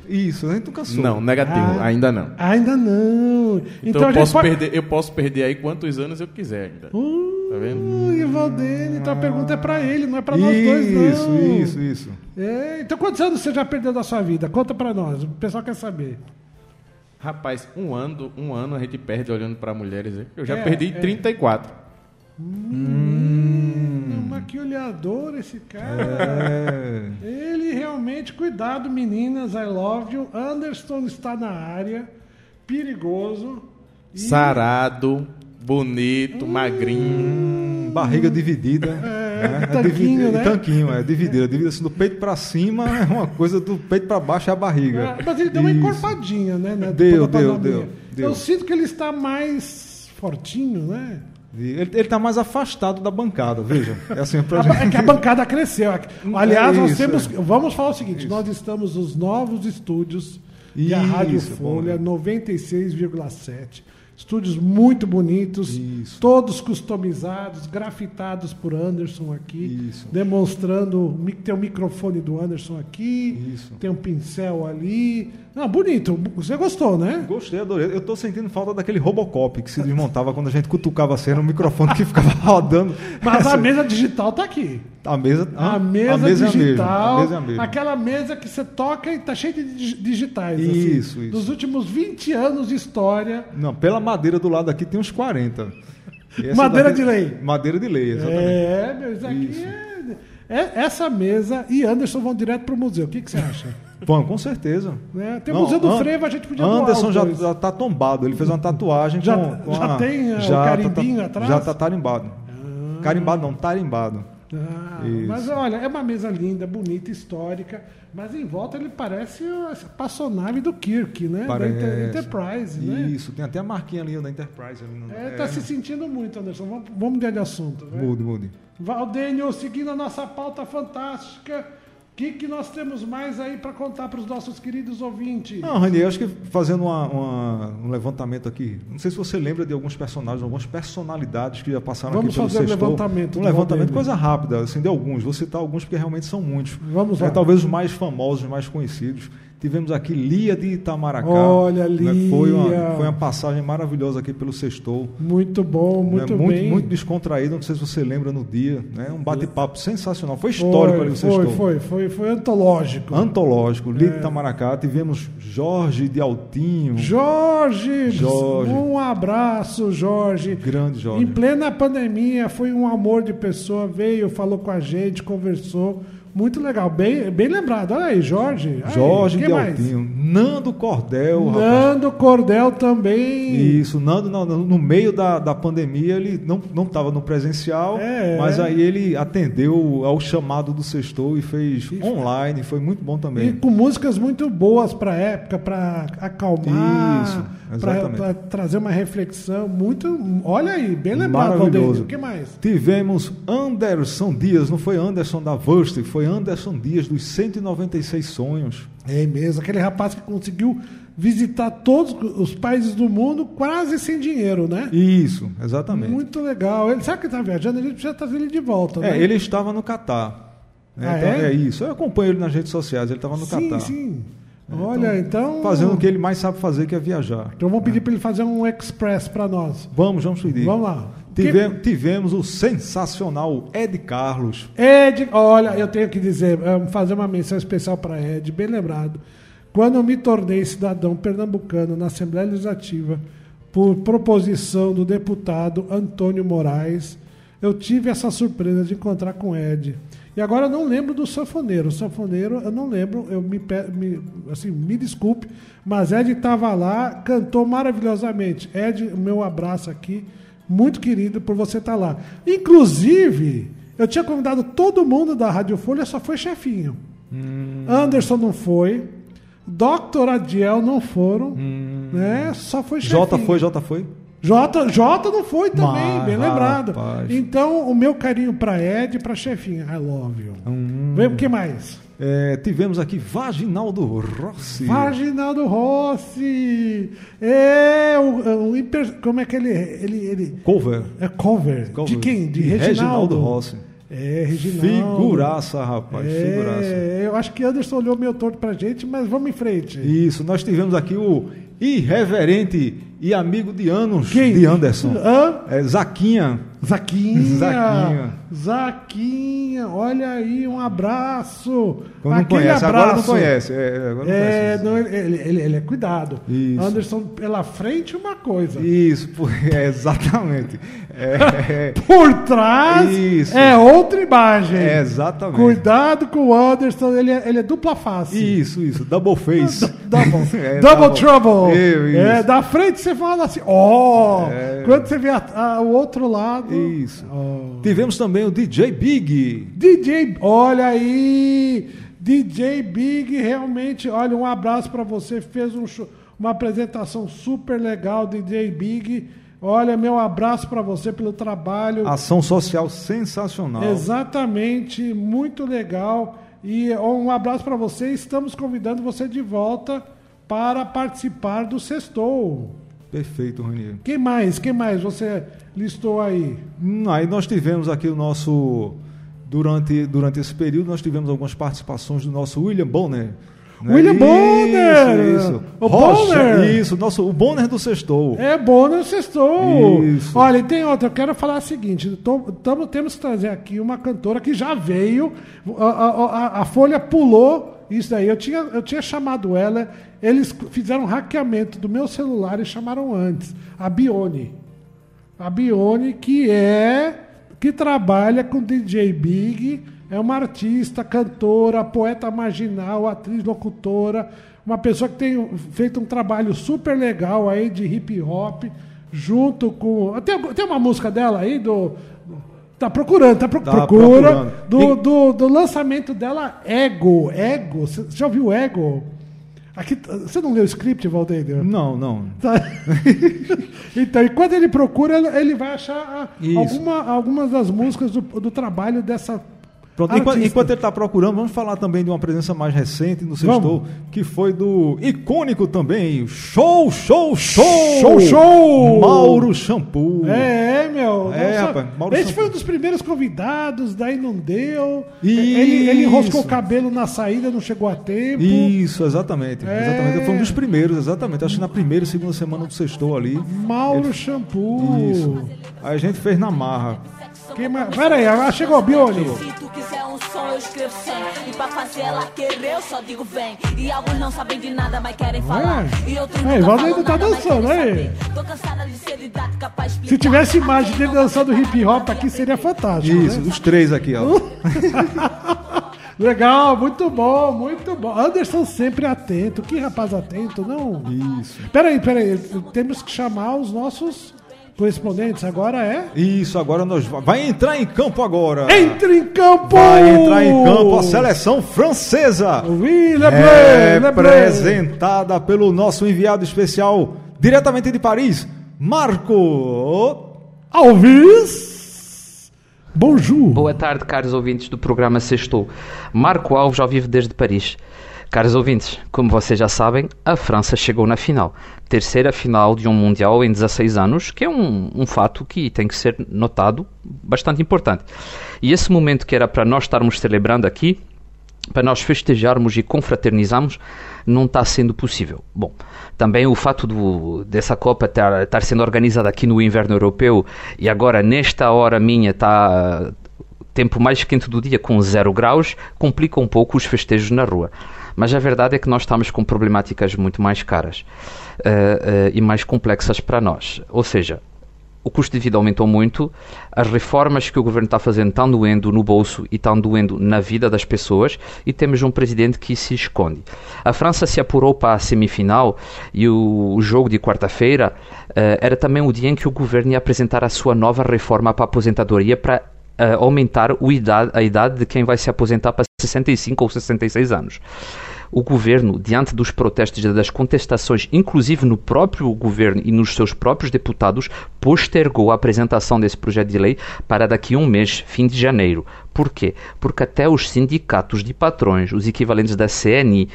S6: Isso, a gente nunca soube.
S8: Não, negativo, ainda não.
S5: Ainda não.
S8: Então,
S5: Ah. a
S8: eu,
S5: gente
S8: posso
S5: pode-
S8: perder, eu posso perder aí quantos anos eu quiser ainda.
S5: Uh.
S8: Tá vendo?
S5: Ui, Valdênio, então a pergunta é para ele, não é para nós dois, não.
S6: Isso, isso, isso.
S5: É, então quantos anos você já perdeu da sua vida? Conta para nós, o pessoal quer saber.
S8: Rapaz, um ano, um ano a gente perde olhando pra mulheres. hein? Eu já
S5: É,
S8: perdi
S5: é.
S8: 34.
S5: Maquiolhador esse cara.
S6: Hum. É.
S5: Ele realmente, cuidado meninas, I love you. Anderson está na área, perigoso. E-
S8: Sarado, bonito, magrinho.
S6: Barriga dividida. né? É
S5: tanquinho,
S6: dividida-
S5: né?
S6: Tanquinho, é dividida. Dividida assim, do peito pra cima (laughs) é uma coisa, do peito pra baixo é a barriga.
S5: Ah, Mas ele deu uma
S6: Isso.
S5: encorpadinha, né? né,
S6: Deu,
S5: depois da
S6: deu,
S5: pandemia.
S6: deu, deu.
S5: Eu sinto que ele está mais fortinho, né?
S6: Ele, ele tá mais afastado da bancada, veja. É assim,
S5: (laughs)
S6: pra
S5: A ba- É que a bancada cresceu. Aliás, nós
S6: Isso,
S5: temos.
S6: é.
S5: Vamos falar o seguinte: nós estamos nos novos estúdios da
S6: Isso,
S5: Rádio
S6: bom,
S5: Folha,
S6: né?
S5: 96,7. Estúdios muito bonitos,
S6: Isso.
S5: todos customizados, grafitados por Anderson aqui,
S6: Isso.
S5: demonstrando. mi- Tem o microfone do Anderson aqui,
S6: Isso.
S5: tem um pincel ali. Não, bonito. Você gostou, né?
S6: Gostei, adorei. Eu tô sentindo falta daquele Robocop que se desmontava quando a gente cutucava a cena, o microfone que ficava (laughs) rodando.
S5: Mas a
S6: Essa-
S5: mesa digital tá aqui.
S6: a mesa, hã?
S5: A mesa,
S6: é a mesma,
S5: digital,
S6: a mesa é a mesma.
S5: aquela mesa que você toca e tá cheia de dig- digitais. assim.
S6: Isso, isso.
S5: Dos últimos 20 anos de história.
S6: Não, pela madeira do lado aqui tem uns 40. E essa
S5: Madeira
S6: daqui-
S5: de lei.
S6: Madeira de lei, exatamente.
S5: É, meu, isso aqui
S6: Isso.
S5: é- é- Essa mesa e Anderson vão direto pro museu. O que, que você
S6: (laughs)
S5: acha?
S6: Bom, com certeza.
S5: Né? Tem o Museu do Frevo, a gente podia doar
S6: Anderson
S5: os
S6: já,
S5: dois.
S6: já tá tombado, ele fez uma tatuagem
S5: Já-
S6: com, com
S5: já
S6: a-
S5: tem, é, o carimbinho
S6: tá,
S5: atrás?
S6: Já tá tarimbado. Carimbado não, tarimbado.
S5: Ah,
S6: Isso.
S5: mas olha, é uma mesa linda, bonita, histórica. Mas em volta ele parece essa passonave do Kirk, né? Da Inter- Enterprise, né?
S6: Isso, tem até a marquinha ali da Enterprise ali no.
S5: É, tá se sentindo muito, Anderson. Vamos, vamos mudar de assunto. Né?
S6: Mude, mude.
S5: Valdênio, seguindo a nossa pauta fantástica, o que, que nós temos mais aí para contar para os nossos queridos ouvintes?
S6: Não, Rani, eu acho que fazendo uma- uma- um levantamento aqui, não sei se você lembra de alguns personagens, algumas personalidades que já passaram
S5: Vamos
S6: aqui pelo
S5: fazer um
S6: Sextou.
S5: levantamento
S6: Um
S5: do
S6: levantamento,
S5: Valdemir.
S6: coisa rápida, assim, de alguns. Vou citar alguns porque realmente são muitos.
S5: Vamos lá.
S6: É, talvez os mais famosos, os mais conhecidos. Tivemos aqui Lia de Itamaracá.
S5: Olha,
S6: Né? Foi,
S5: Lia.
S6: uma, foi uma passagem maravilhosa aqui pelo Sextou.
S5: Muito bom,
S6: né?
S5: muito
S6: muito,
S5: bem.
S6: muito descontraído, não sei se você lembra no dia. Né? Um bate-papo sensacional. Foi histórico ali no
S5: foi,
S6: Sextou.
S5: foi, É. foi, foi, foi antológico.
S6: Antológico, Lia de Itamaracá. Tivemos Jorge de Altinho.
S5: Jorge,
S6: Jorge.
S5: um abraço, Jorge.
S6: Grande Jorge.
S5: Em plena pandemia, foi um amor de pessoa, veio, falou com a gente, conversou. Muito legal, bem, bem lembrado. Olha aí, Jorge. Aí,
S6: Jorge
S5: quem
S6: de
S5: mais?
S6: Altinho. Nando Cordel, rapaz.
S5: Nando Cordel também.
S6: Isso, Nando, não, no no meio da, da pandemia, ele não estava no presencial,
S5: É.
S6: mas aí ele atendeu ao chamado do Sextou e fez online, foi muito bom
S5: E
S6: também.
S5: com músicas muito boas para época, para
S6: Isso,
S5: acalmar,
S6: exatamente.
S5: para trazer uma reflexão. Muito. Olha aí, bem lembrado, Valdeir.
S6: Maravilhoso.
S5: O que mais?
S6: Tivemos Anderson Dias, não foi Anderson da Vust, foi Anderson Dias dos 196 Sonhos.
S5: É mesmo, aquele rapaz que conseguiu visitar todos os países do mundo quase sem dinheiro, né?
S6: Isso, exatamente.
S5: Muito legal. Ele sabe que tá viajando, a gente precisa trazer ele de volta, né?
S6: É, ele estava no Catar. né?
S5: Ah,
S6: Então,
S5: é?
S6: é? isso. Eu acompanho ele nas redes sociais, ele estava no
S5: sim,
S6: Catar. É,
S5: sim. Olha, então,
S6: Fazendo o que ele mais sabe fazer, que é viajar.
S5: Então vamos pedir para ele fazer um express para nós.
S6: Vamos, vamos pedir.
S5: Vamos lá.
S6: Tive- Tivemos o sensacional Ed Carlos.
S5: Ed, olha, eu tenho que dizer, eh, fazer uma menção especial para Ed, bem lembrado. Quando eu me tornei cidadão pernambucano na Assembleia Legislativa, por proposição do deputado Antônio Moraes, eu tive essa surpresa de encontrar com Ed. E agora eu não lembro do sanfoneiro. O sanfoneiro, eu não lembro, eu me, pe- me- assim, me desculpe, mas Ed estava lá, cantou maravilhosamente. Ed, o meu abraço aqui, muito querido por você estar lá. Inclusive, eu tinha convidado todo mundo da Rádio Folha, só foi chefinho.
S6: Hum.
S5: Anderson não foi. Dr. Adiel não foram. Né? Só foi chefinho.
S6: Hum. Jota foi, Jota foi.
S5: Jota, Jota não foi também,
S6: Mas,
S5: bem lembrado.
S6: rapaz.
S5: Então, o meu carinho pra Ed e pra chefinha. I love you.
S6: Hum.
S5: Vem, o que mais?
S6: É, tivemos aqui Vaginaldo Rossi.
S5: Vaginaldo Rossi! É, o, o hiper- como é que ele, ele, ele
S6: Cover.
S5: É cover.
S6: Cover.
S5: De quem? De
S6: De
S5: Reginaldo.
S6: Reginaldo Rossi.
S5: É, Reginaldo.
S6: Figuraça, rapaz. Figuraça.
S5: É, eu acho que Anderson olhou meio torto pra gente, mas vamos em frente.
S6: Isso, nós tivemos aqui o irreverente e amigo de anos de Anderson.
S5: Hã?
S6: É, Zaquinha.
S5: Zaquinha.
S6: Zaquinha.
S5: Zaquinha, olha aí, um abraço.
S6: Quando não
S5: Aquele
S6: conhece,
S5: abraço.
S6: agora não conhece. É, agora não
S5: É,
S6: conhece.
S5: não, ele, ele- ele é cuidado.
S6: Isso.
S5: Anderson pela frente uma coisa.
S6: Isso, (laughs) pô, é, exatamente. É, é,
S5: Por trás
S6: Isso.
S5: é outra imagem.
S6: É, exatamente.
S5: Cuidado com o Anderson, ele é, ele é dupla face.
S6: Isso, isso. Double face.
S5: (laughs) Double,
S6: (laughs) É,
S5: double trouble.
S6: Eu, isso.
S5: É, da frente você fala assim, ó.
S6: É.
S5: Quando você vê a- a- o outro lado. Oh.
S6: Isso.
S5: ó.
S6: Tivemos também o DJ Big.
S5: DJ, olha aí, DJ Big realmente, olha um abraço pra você, fez um show- uma apresentação super legal, DJ Big. Olha meu abraço pra você pelo trabalho.
S6: Ação social sensacional.
S5: Exatamente, muito legal. E um abraço pra você. Estamos convidando você de volta para participar do Sextou.
S6: Perfeito, Ranier.
S5: Quem mais? Quem mais você listou aí?
S6: Hum, aí nós tivemos aqui o nosso. Durante, durante esse período, nós tivemos algumas participações do nosso William Bonner. né?
S5: William
S6: Isso,
S5: Bonner!
S6: Isso.
S5: O
S6: Rocha,
S5: Bonner!
S6: Isso, nosso, o Bonner do Sextou.
S5: É bom no sextou.
S6: Isso.
S5: Olha, e tem outra. Eu quero falar o seguinte: tô- tamo- temos que trazer aqui uma cantora que já veio. A, a- a- a Folha pulou isso daí. Eu tinha, eu tinha chamado ela. Eles fizeram um hackeamento do meu celular e chamaram antes. A Bione. A Bione, que é. que trabalha com DJ Big, é uma artista, cantora, poeta marginal, atriz, locutora, uma pessoa que tem feito um trabalho super legal aí de hip hop, junto com. Tem, algu- tem uma música dela aí do. Tá procurando, tá, pro-
S6: Tá
S5: procura.
S6: procurando.
S5: Do,
S6: Tem-
S5: do, do lançamento dela, Ego. Ego. Você já ouviu Ego? Aqui, você não leu o script, Valdeir?
S6: Não, não.
S5: Tá. (laughs) então, e quando ele procura, ele- ele vai achar a-
S6: Isso.
S5: alguma- algumas das músicas do, do trabalho dessa
S6: Pronto, enqua-
S5: Ah, Artista.
S6: enquanto, ele está procurando, vamos falar também de uma presença mais recente no
S5: Vamos.
S6: Sextou, que foi do icônico também, show, show, show!
S5: Show, show!
S6: Mauro Shampoo.
S5: É, meu.
S6: É,
S5: nossa,
S6: rapaz, Mauro
S5: esse
S6: Santos.
S5: foi um dos primeiros convidados, daí não deu.
S6: Isso.
S5: Ele, ele enroscou o cabelo na saída, não chegou a tempo.
S6: Isso, exatamente.
S5: É.
S6: Exatamente. Foi um dos primeiros, exatamente. Acho que na primeira e segunda semana do Sextou ali.
S5: Mauro
S6: Ele-
S5: Shampoo.
S6: Isso. Aí a gente fez na marra.
S5: Quem mais? Pera aí, ah, chegou o Biolho.
S4: Se tu quiser um som, eu escrevo sem. E pra fazer ela querer, eu só digo vem. E alguns não sabem de nada, mas querem falar. E outros
S5: Aí,
S4: nunca
S5: Valdo
S4: falam
S5: ainda tá
S4: nada, mas
S5: dançando,
S4: querem
S5: aí.
S4: saber. Tô cansada de ser didático, capaz de
S5: Se
S4: explicar.
S5: tivesse imagem dele dançando hip hop aqui, seria fantástico.
S6: Isso,
S5: né?
S6: os três aqui, ó.
S5: Legal, muito bom, muito bom. Anderson sempre atento. Que rapaz atento, não?
S6: Isso.
S5: Peraí, peraí. Temos que chamar os nossos correspondentes. Agora é.
S6: Isso, agora nós va- vai entrar em campo agora.
S5: Entre em campo!
S6: Vai entrar em campo a seleção É francesa.
S5: Oui, le bleu, le bleu.
S6: Representada pelo nosso enviado especial diretamente de Paris, Marco.
S5: Alves! Bonjour!
S9: Boa tarde, caros ouvintes do programa Sextou. Marco Alves ao vivo desde Paris. Caros ouvintes, como vocês já sabem, a França chegou na final. Terceira final de um Mundial em 16 anos, que é um, um fato que tem que ser notado, bastante importante. E esse momento que era para nós estarmos celebrando aqui, para nós festejarmos e confraternizarmos não está sendo possível. Bom, também o fato do- dessa Copa estar estar sendo organizada aqui no inverno europeu e agora nesta hora minha está tempo mais quente do dia com zero graus complica um pouco os festejos na rua. Mas a verdade é que nós estamos com problemáticas muito mais caras eh, eh, e mais complexas para nós. Ou seja, o custo de vida aumentou muito, as reformas que o governo está fazendo estão doendo no bolso e estão doendo na vida das pessoas, e temos um presidente que se esconde. A França se apurou para a semifinal e o, o jogo de quarta-feira eh, era também o dia em que o governo ia apresentar a sua nova reforma para a aposentadoria para eh, aumentar o idade- a idade de quem vai se aposentar para 65 ou 66 anos o governo, diante dos protestos e das contestações, inclusive no próprio governo e nos seus próprios deputados, postergou a apresentação desse projeto de lei para daqui a um mês, fim de janeiro. Por quê? Porque até os sindicatos de patrões, os equivalentes da CNI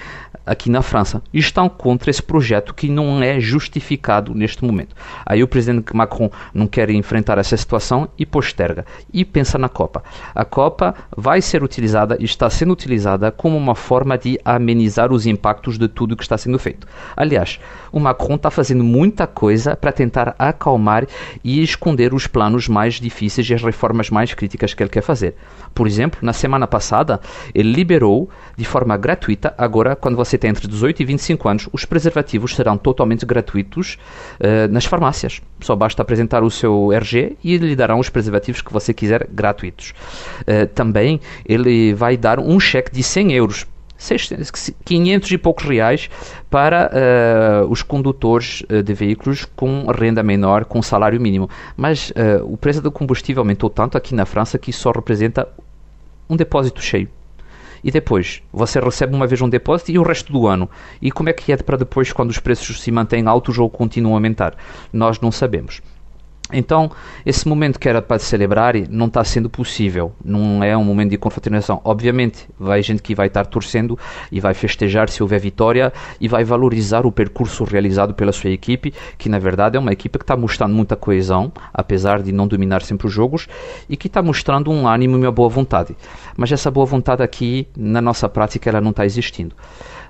S9: aqui na França, estão contra esse projeto que não é justificado neste momento. Aí o presidente Macron não quer enfrentar essa situação e posterga. E pensa na Copa. A Copa vai ser utilizada e está sendo utilizada como uma forma de amenizar os impactos de tudo que está sendo feito. Aliás, o Macron está fazendo muita coisa para tentar acalmar e esconder os planos mais difíceis e as reformas mais críticas que ele quer fazer. Por exemplo, na semana passada, ele liberou de forma gratuita, agora quando você tem entre 18 e 25 anos, os preservativos serão totalmente gratuitos eh, nas farmácias. Só basta apresentar o seu RG e lhe darão os preservativos que você quiser gratuitos. Eh, também ele vai dar um cheque de 100 euros. seis- 500 e poucos reais para eh, os condutores eh, de veículos com renda menor, com salário mínimo. Mas eh, o preço do combustível aumentou tanto aqui na França que só representa um depósito cheio. E depois, você recebe uma vez um depósito e o resto do ano. E como é que é para depois quando os preços se mantêm altos ou continuam a aumentar? Nós não sabemos. Então, esse momento que era para celebrar não está sendo possível. Não é um momento de confraternização. Obviamente, vai gente que vai estar torcendo e vai festejar se houver vitória e vai valorizar o percurso realizado pela sua equipe, que na verdade é uma equipe que está mostrando muita coesão, apesar de não dominar sempre os jogos, e que está mostrando um ânimo e uma boa vontade. Mas essa boa vontade aqui, na nossa prática, ela não está existindo.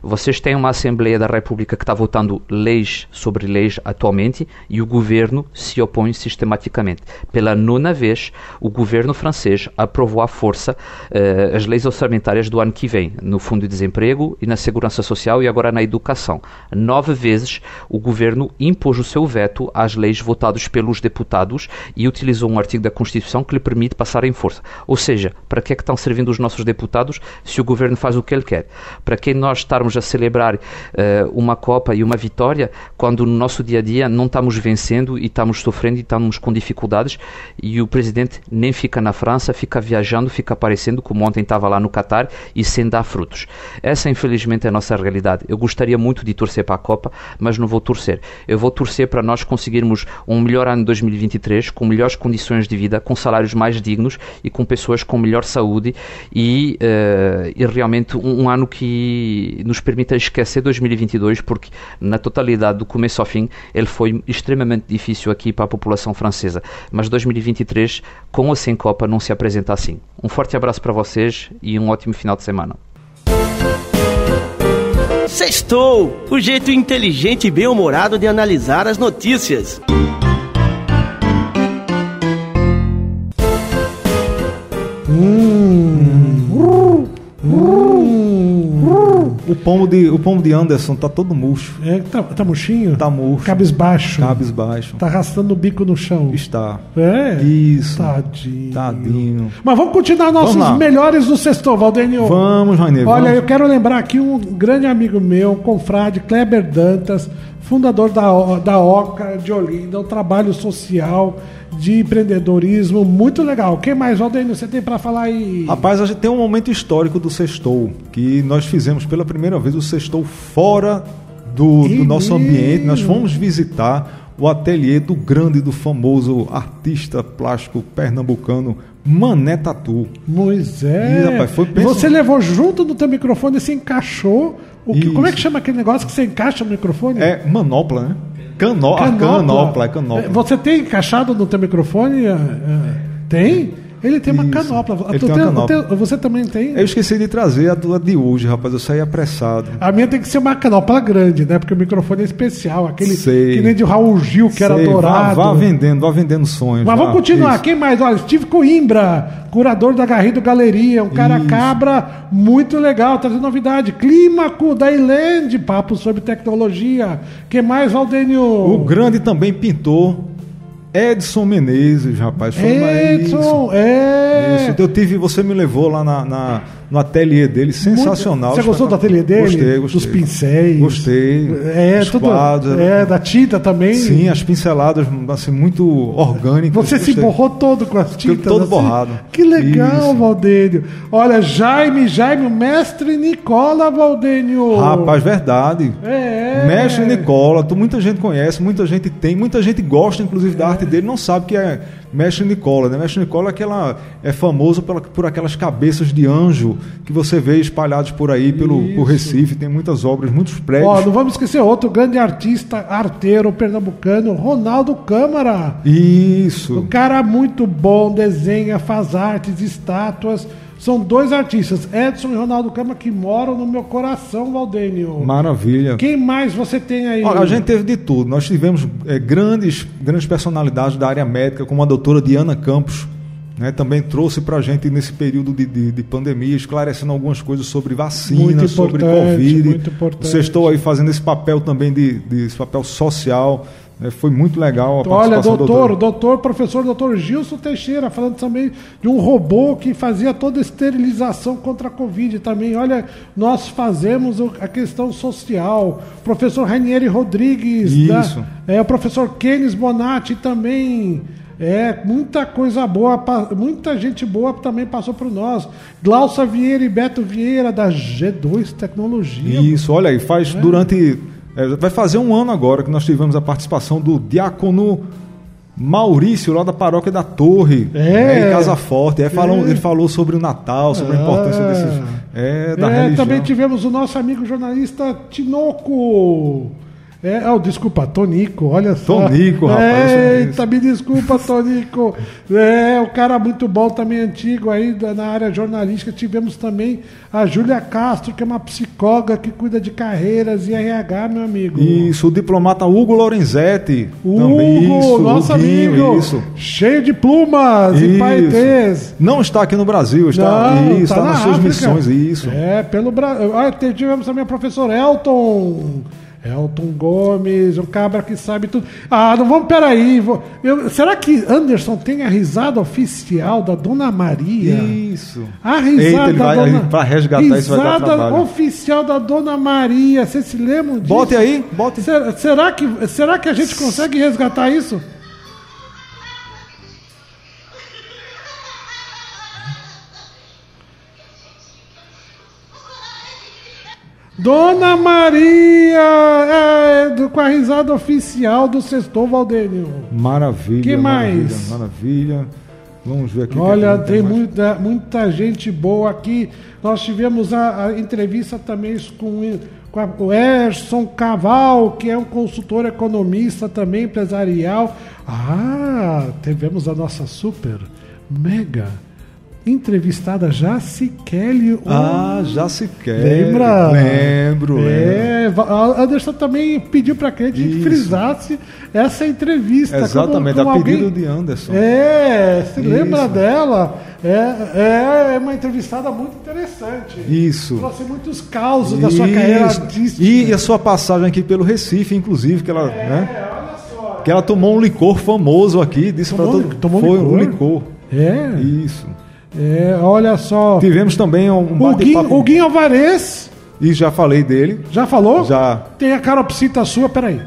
S9: Vocês têm uma Assembleia da República que está votando leis sobre leis atualmente e o governo se opõe sistematicamente. Pela nona vez, o governo francês aprovou à força eh, as leis orçamentárias do ano que vem, no Fundo de Desemprego e na Segurança Social e agora na Educação. Nove vezes, o governo impôs o seu veto às leis votadas pelos deputados e utilizou um artigo da Constituição que lhe permite passar em força. Ou seja, para que é que estão servindo os nossos deputados se o governo faz o que ele quer? Para que nós estarmos
S10: estamos a celebrar eh, uma Copa e uma vitória quando no nosso dia a dia não estamos vencendo e estamos sofrendo e estamos com dificuldades e o presidente nem fica na França, fica viajando, fica aparecendo como ontem estava lá no Catar e sem dar frutos. Essa infelizmente é a nossa realidade. Eu gostaria muito de torcer para a Copa, mas não vou torcer. Eu vou torcer para nós conseguirmos um melhor ano 2023 com melhores condições de vida, com salários mais dignos e com pessoas com melhor saúde e, eh, e realmente um, um ano que nos permita esquecer 2022 porque na totalidade do começo ao fim ele foi extremamente difícil aqui para a população francesa. Mas 2023 com ou sem Copa não se apresenta assim. Um forte abraço para vocês e um ótimo final de semana.
S2: Sextou, o jeito inteligente e bem-humorado de analisar as notícias.
S6: O pomo de, o pomo de Anderson tá todo murcho.
S5: É, tá, tá murchinho?
S6: Tá murcho.
S5: Cabisbaixo.
S6: Cabisbaixo.
S5: Tá arrastando o bico no chão.
S6: Está.
S5: É?
S6: Isso.
S5: Tadinho.
S6: Tadinho.
S5: Mas vamos continuar nossos
S6: Tá. Vamos lá.
S5: melhores do sexto, Valdenio.
S6: Vamos, Rainer.
S5: Olha,
S6: vamos.
S5: eu quero lembrar aqui um grande amigo meu, um confrade, Kleber Dantas, fundador da, O- da OCA de Olinda, um trabalho social de empreendedorismo muito legal. O que mais, Valdenio, você tem para falar aí?
S6: Rapaz, a gente tem um momento histórico do Sextou, que nós fizemos pela primeira vez o Sextou fora do, do
S5: Ih,
S6: nosso ambiente. Nós
S5: menino.
S6: fomos visitar o ateliê do grande, do famoso artista plástico pernambucano Mané Tatu.
S5: Pois é.
S6: Ih, rapaz, foi
S5: E
S6: pensa-
S5: você levou junto do teu microfone e se encaixou. O que, como é que
S6: Isso.
S5: chama aquele negócio que você encaixa no microfone?
S6: É manopla, né? Cano... A canopla, é canopla.
S5: É, Você tem encaixado no teu microfone? ah, ah, Tem? Ele tem uma
S6: Isso.
S5: canopla. Ah,
S6: Ele
S5: tu
S6: tem uma
S5: tem-
S6: canopla.
S5: tem- você também tem?
S6: Eu esqueci de trazer a do- a de hoje, rapaz. Eu saí apressado.
S5: A minha tem que ser uma canopla grande, né? Porque o microfone é especial. Aquele
S6: Sei.
S5: que nem de Raul Gil, que era
S6: Sei, vá-
S5: dourado.
S6: Vá, vendendo, vá vendendo sonhos.
S5: Mas
S6: vá.
S5: vamos continuar.
S6: Isso.
S5: Quem mais? Olha, Steve Coimbra, curador da Garrido Galeria, um cara
S6: Isso.
S5: cabra muito legal, trazendo novidade. Clímaco da Iland, papo sobre tecnologia. Quem mais, Valdênio?
S6: O grande também pintor Edson Menezes, rapaz. Foi uma-
S5: Edson,
S6: isso.
S5: é.
S6: Isso. Eu tive, você me levou lá na, na- no ateliê dele, sensacional.
S5: Você gostou do ateliê dele?
S6: Gostei, gostei.
S5: Dos pincéis.
S6: Gostei.
S5: É,
S6: Dos
S5: tudo.
S6: quadros.
S5: É, da tinta também.
S6: Sim, as pinceladas, assim, muito orgânicas.
S5: Você se
S6: Gostei.
S5: borrou todo com as tintas? assim.
S6: todo borrado.
S5: Que legal,
S6: Isso.
S5: Valdênio. Olha, Jaime, Jaime, o mestre Nicola Valdênio.
S6: Rapaz, verdade.
S5: É.
S6: Mestre Nicola, tu, muita gente conhece, muita gente tem, muita gente gosta, inclusive, da arte dele, não sabe que é Mestre Nicola, né? Mestre Nicola é, aquela, é famoso pela, por aquelas cabeças de anjo que você vê espalhadas por aí, pelo por Recife, tem muitas obras, muitos prédios.
S5: Ó, não vamos esquecer outro grande artista, arteiro pernambucano, Ronaldo Câmara. Um
S6: Isso.
S5: cara muito bom, desenha, faz artes, estátuas. São dois artistas, Edson e Ronaldo Câmara, que moram no meu coração, Valdênio.
S6: Maravilha.
S5: Quem mais você tem aí?
S6: Olha, a gente teve de tudo. Nós tivemos eh, grandes, grandes personalidades da área médica, como a doutora Diana Campos, né, também trouxe para a gente nesse período de, de- de pandemia, esclarecendo algumas coisas sobre
S5: Muito
S6: vacina, sobre
S5: importante,
S6: Covid.
S5: muito importante.
S6: Vocês estão aí fazendo esse papel também, de, de- esse papel social. né, foi muito legal a
S5: Olha,
S6: participação da
S5: doutor,
S6: doutora.
S5: doutor, professor, doutor Gilson Teixeira, falando também de um robô que fazia toda a esterilização contra a Covid também. Olha, nós fazemos o- a questão social. Professor Rainieri Rodrigues,
S6: Isso.
S5: é, o professor Kenis Bonatti também. É, muita coisa boa, pa- muita gente boa também passou por nós. Glaucia Vieira e Beto Vieira, da G2 Tecnologia.
S6: Isso, olha aí, faz durante. é, vai fazer um ano agora que nós tivemos a participação do diácono Maurício, lá da paróquia da Torre,
S5: É.
S6: né, em Casa Forte. Aí falam- Ele falou sobre o Natal, sobre a importância
S5: Ah.
S6: desses. É, da
S5: É,
S6: religião.
S5: também tivemos o nosso amigo jornalista Tinoco. É, oh, desculpa, Tonico, olha só. É,
S6: Tonico, rapaz,
S5: Eita, me desculpa, Tonico. É, o cara muito bom também, antigo aí da- na área jornalística. Tivemos também a Júlia Castro, que é uma psicóloga que cuida de carreiras e RH, meu amigo.
S6: Isso, o diplomata Hugo Lorenzetti.
S5: Hugo,
S6: também, isso,
S5: nosso
S6: Huguinho,
S5: amigo.
S6: Isso.
S5: Cheio de plumas e
S6: Isso.
S5: paetês.
S6: Não está aqui no Brasil, está,
S5: Não,
S6: Tá,
S5: tá
S6: isso, está
S5: na
S6: nas suas
S5: África.
S6: missões. Isso.
S5: É, pelo Brasil. Ah, te- tivemos também o professor Elton. Elton Gomes, um cabra que sabe tudo. Ah, não vamos, peraí. Vou, eu, será que Anderson tem a risada oficial da Dona Maria?
S6: Isso.
S5: A risada
S6: Eita, ele vai-
S5: da Dona...
S6: ele- pra resgatar
S5: risada
S6: isso vai dar trabalho.
S5: oficial da Dona Maria. Vocês se lembram disso?
S6: Bote aí, bote.
S5: Será, será que, será que a gente consegue resgatar isso? Dona Maria, é, do- com a risada oficial do Sextou Valdenil.
S6: Maravilha.
S5: Que
S6: maravilha,
S5: mais?
S6: Maravilha. Vamos ver aqui. o que é
S5: Olha,
S6: que
S5: tem
S6: mais.
S5: muita, muita gente boa aqui. Nós tivemos a, a entrevista também com, o- com a- o Erson Caval, que é um consultor economista também, empresarial. Ah, tivemos a nossa super, mega entrevistada Jaci Kelly.
S6: Ah, já se quer.
S5: Lembra?
S6: Lembro, lembro.
S5: É, va- a Anderson também pediu para que a gente
S6: Isso.
S5: frisasse essa entrevista. como-
S6: Exatamente,
S5: como
S6: a
S5: tá alguém-
S6: pedido de Anderson.
S5: É, se lembra
S6: Isso.
S5: dela? É, é uma entrevistada muito interessante.
S6: Isso.
S5: Trouxe muitos causos da sua
S6: Isso.
S5: carreira artística. É,
S6: E, e a sua passagem aqui pelo Recife, inclusive, que ela, né? Que ela tomou um licor famoso aqui, disse para
S5: Tomou
S6: todo
S5: li- tomou
S6: foi um
S5: licor?
S6: licor.
S5: É?
S6: Isso.
S5: É, olha só.
S6: Tivemos também um
S5: O Guinho,
S6: bate-papo-
S5: o Guinho Alvarez,
S6: E já falei dele.
S5: já falou?
S6: Já.
S5: Tem a caropsita sua, peraí.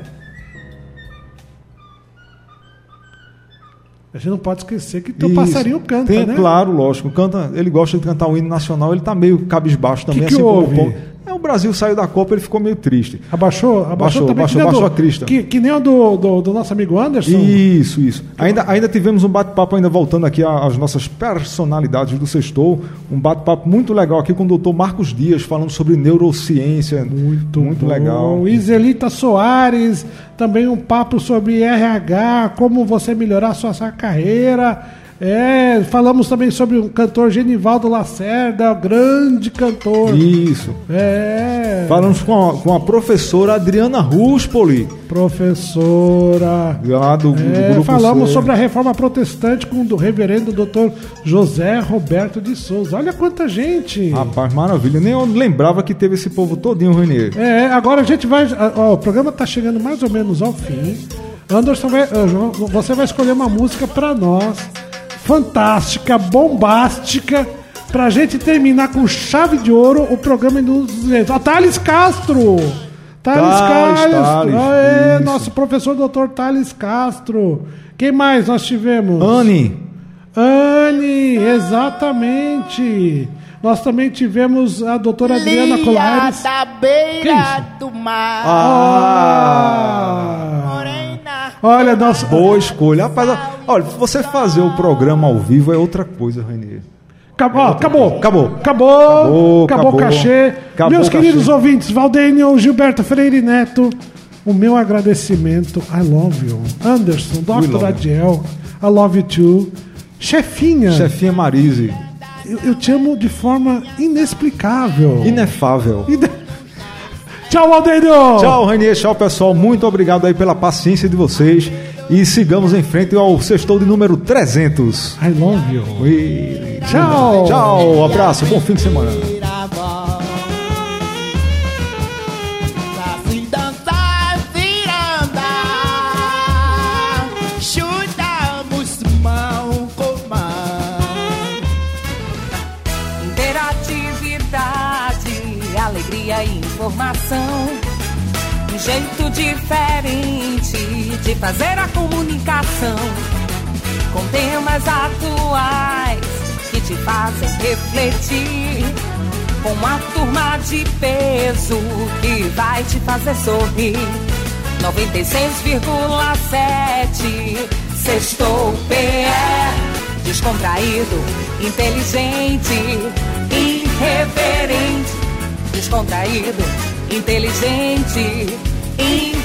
S5: A gente não pode esquecer que teu
S6: Isso.
S5: Então passarinho canta,
S6: Tem,
S5: né?
S6: Claro, lógico. Canta, ele gosta de cantar o hino nacional, ele tá meio cabisbaixo também,
S5: Que que
S6: assim como
S5: houve?
S6: o povo. É, o Brasil saiu da Copa, ele ficou meio triste.
S5: Abaixou, abaixou,
S6: Baixou,
S5: também.
S6: baixou,
S5: que nem
S6: baixou
S5: do,
S6: a crista.
S5: Que, que nem o do, do, do nosso amigo Anderson.
S6: Isso, isso. Ainda, ainda tivemos um bate-papo, ainda voltando aqui a- às nossas personalidades do Sextou, um bate-papo muito legal aqui com o doutor Marcos Dias, falando sobre neurociência. Muito, muito legal.
S5: O Iselita Soares, também um papo sobre RH, como você melhorar a sua, sua carreira. É, falamos também sobre um cantor Genivaldo Lacerda, um grande cantor.
S6: Isso.
S5: É,
S6: Falamos com a, com a professora Adriana Ruspoli,
S5: professora.
S6: lá do, do
S5: É,
S6: grupo
S5: falamos
S6: C.
S5: sobre a reforma protestante com o reverendo Dr. José Roberto de Souza. Olha quanta gente!
S6: Rapaz, maravilha. Nem eu lembrava que teve esse povo todinho, Renier.
S5: É, agora a gente vai. ó, o programa tá chegando mais ou menos ao fim. Anderson, vai, ó, João, você vai escolher uma música pra nós, fantástica, bombástica, pra gente terminar com chave de ouro o programa dos Ah, Thales Castro! Thales
S6: Thales,
S5: Castro!
S6: Thales,
S5: Aê,
S6: isso.
S5: nosso professor doutor Thales Castro! Quem mais nós tivemos?
S6: Anne,
S5: Anne, exatamente! Nós também tivemos a doutora Adriana Colares.
S11: da
S5: Que isso?
S11: Tá beira do mar. Morena.
S5: Olha, nossa.
S6: Ah. boa escolha. Rapaz, olha, você fazer o programa ao vivo é outra coisa, Renier.
S5: Acabou, ó, acabou,
S6: Acabou.
S5: acabou,
S6: Acabou,
S5: acabou o
S6: acabou.
S5: cachê.
S6: Acabou
S5: Meus
S6: o cachê.
S5: queridos ouvintes, Valdênio, Gilberto Freire Neto, o meu agradecimento. I love you. Anderson, Dr.
S6: love
S5: Adiel, I love you too. Chefinha,
S6: Chefinha Marise,
S5: eu, eu te amo de forma inexplicável.
S6: inefável.
S5: Ine- (laughs) Tchau, Valdênio!
S6: Tchau, Renier. Tchau, pessoal. Muito obrigado aí pela paciência de vocês. E sigamos em frente ao sextou de número 300.
S5: I love you.
S6: E-
S5: Tchau.
S6: Tchau. Abraço. Bom fim de semana.
S11: Beirava. Pra se dançar, ciranda. Chutamos mão com mão.
S4: Interatividade, alegria e informação. Um jeito diferente de fazer a comunicação. Com temas atuais que te fazem refletir. Com uma turma de peso que vai te fazer sorrir. 96,7 Sextou PE Descontraído, inteligente, irreverente. Descontraído, inteligente, irreverente.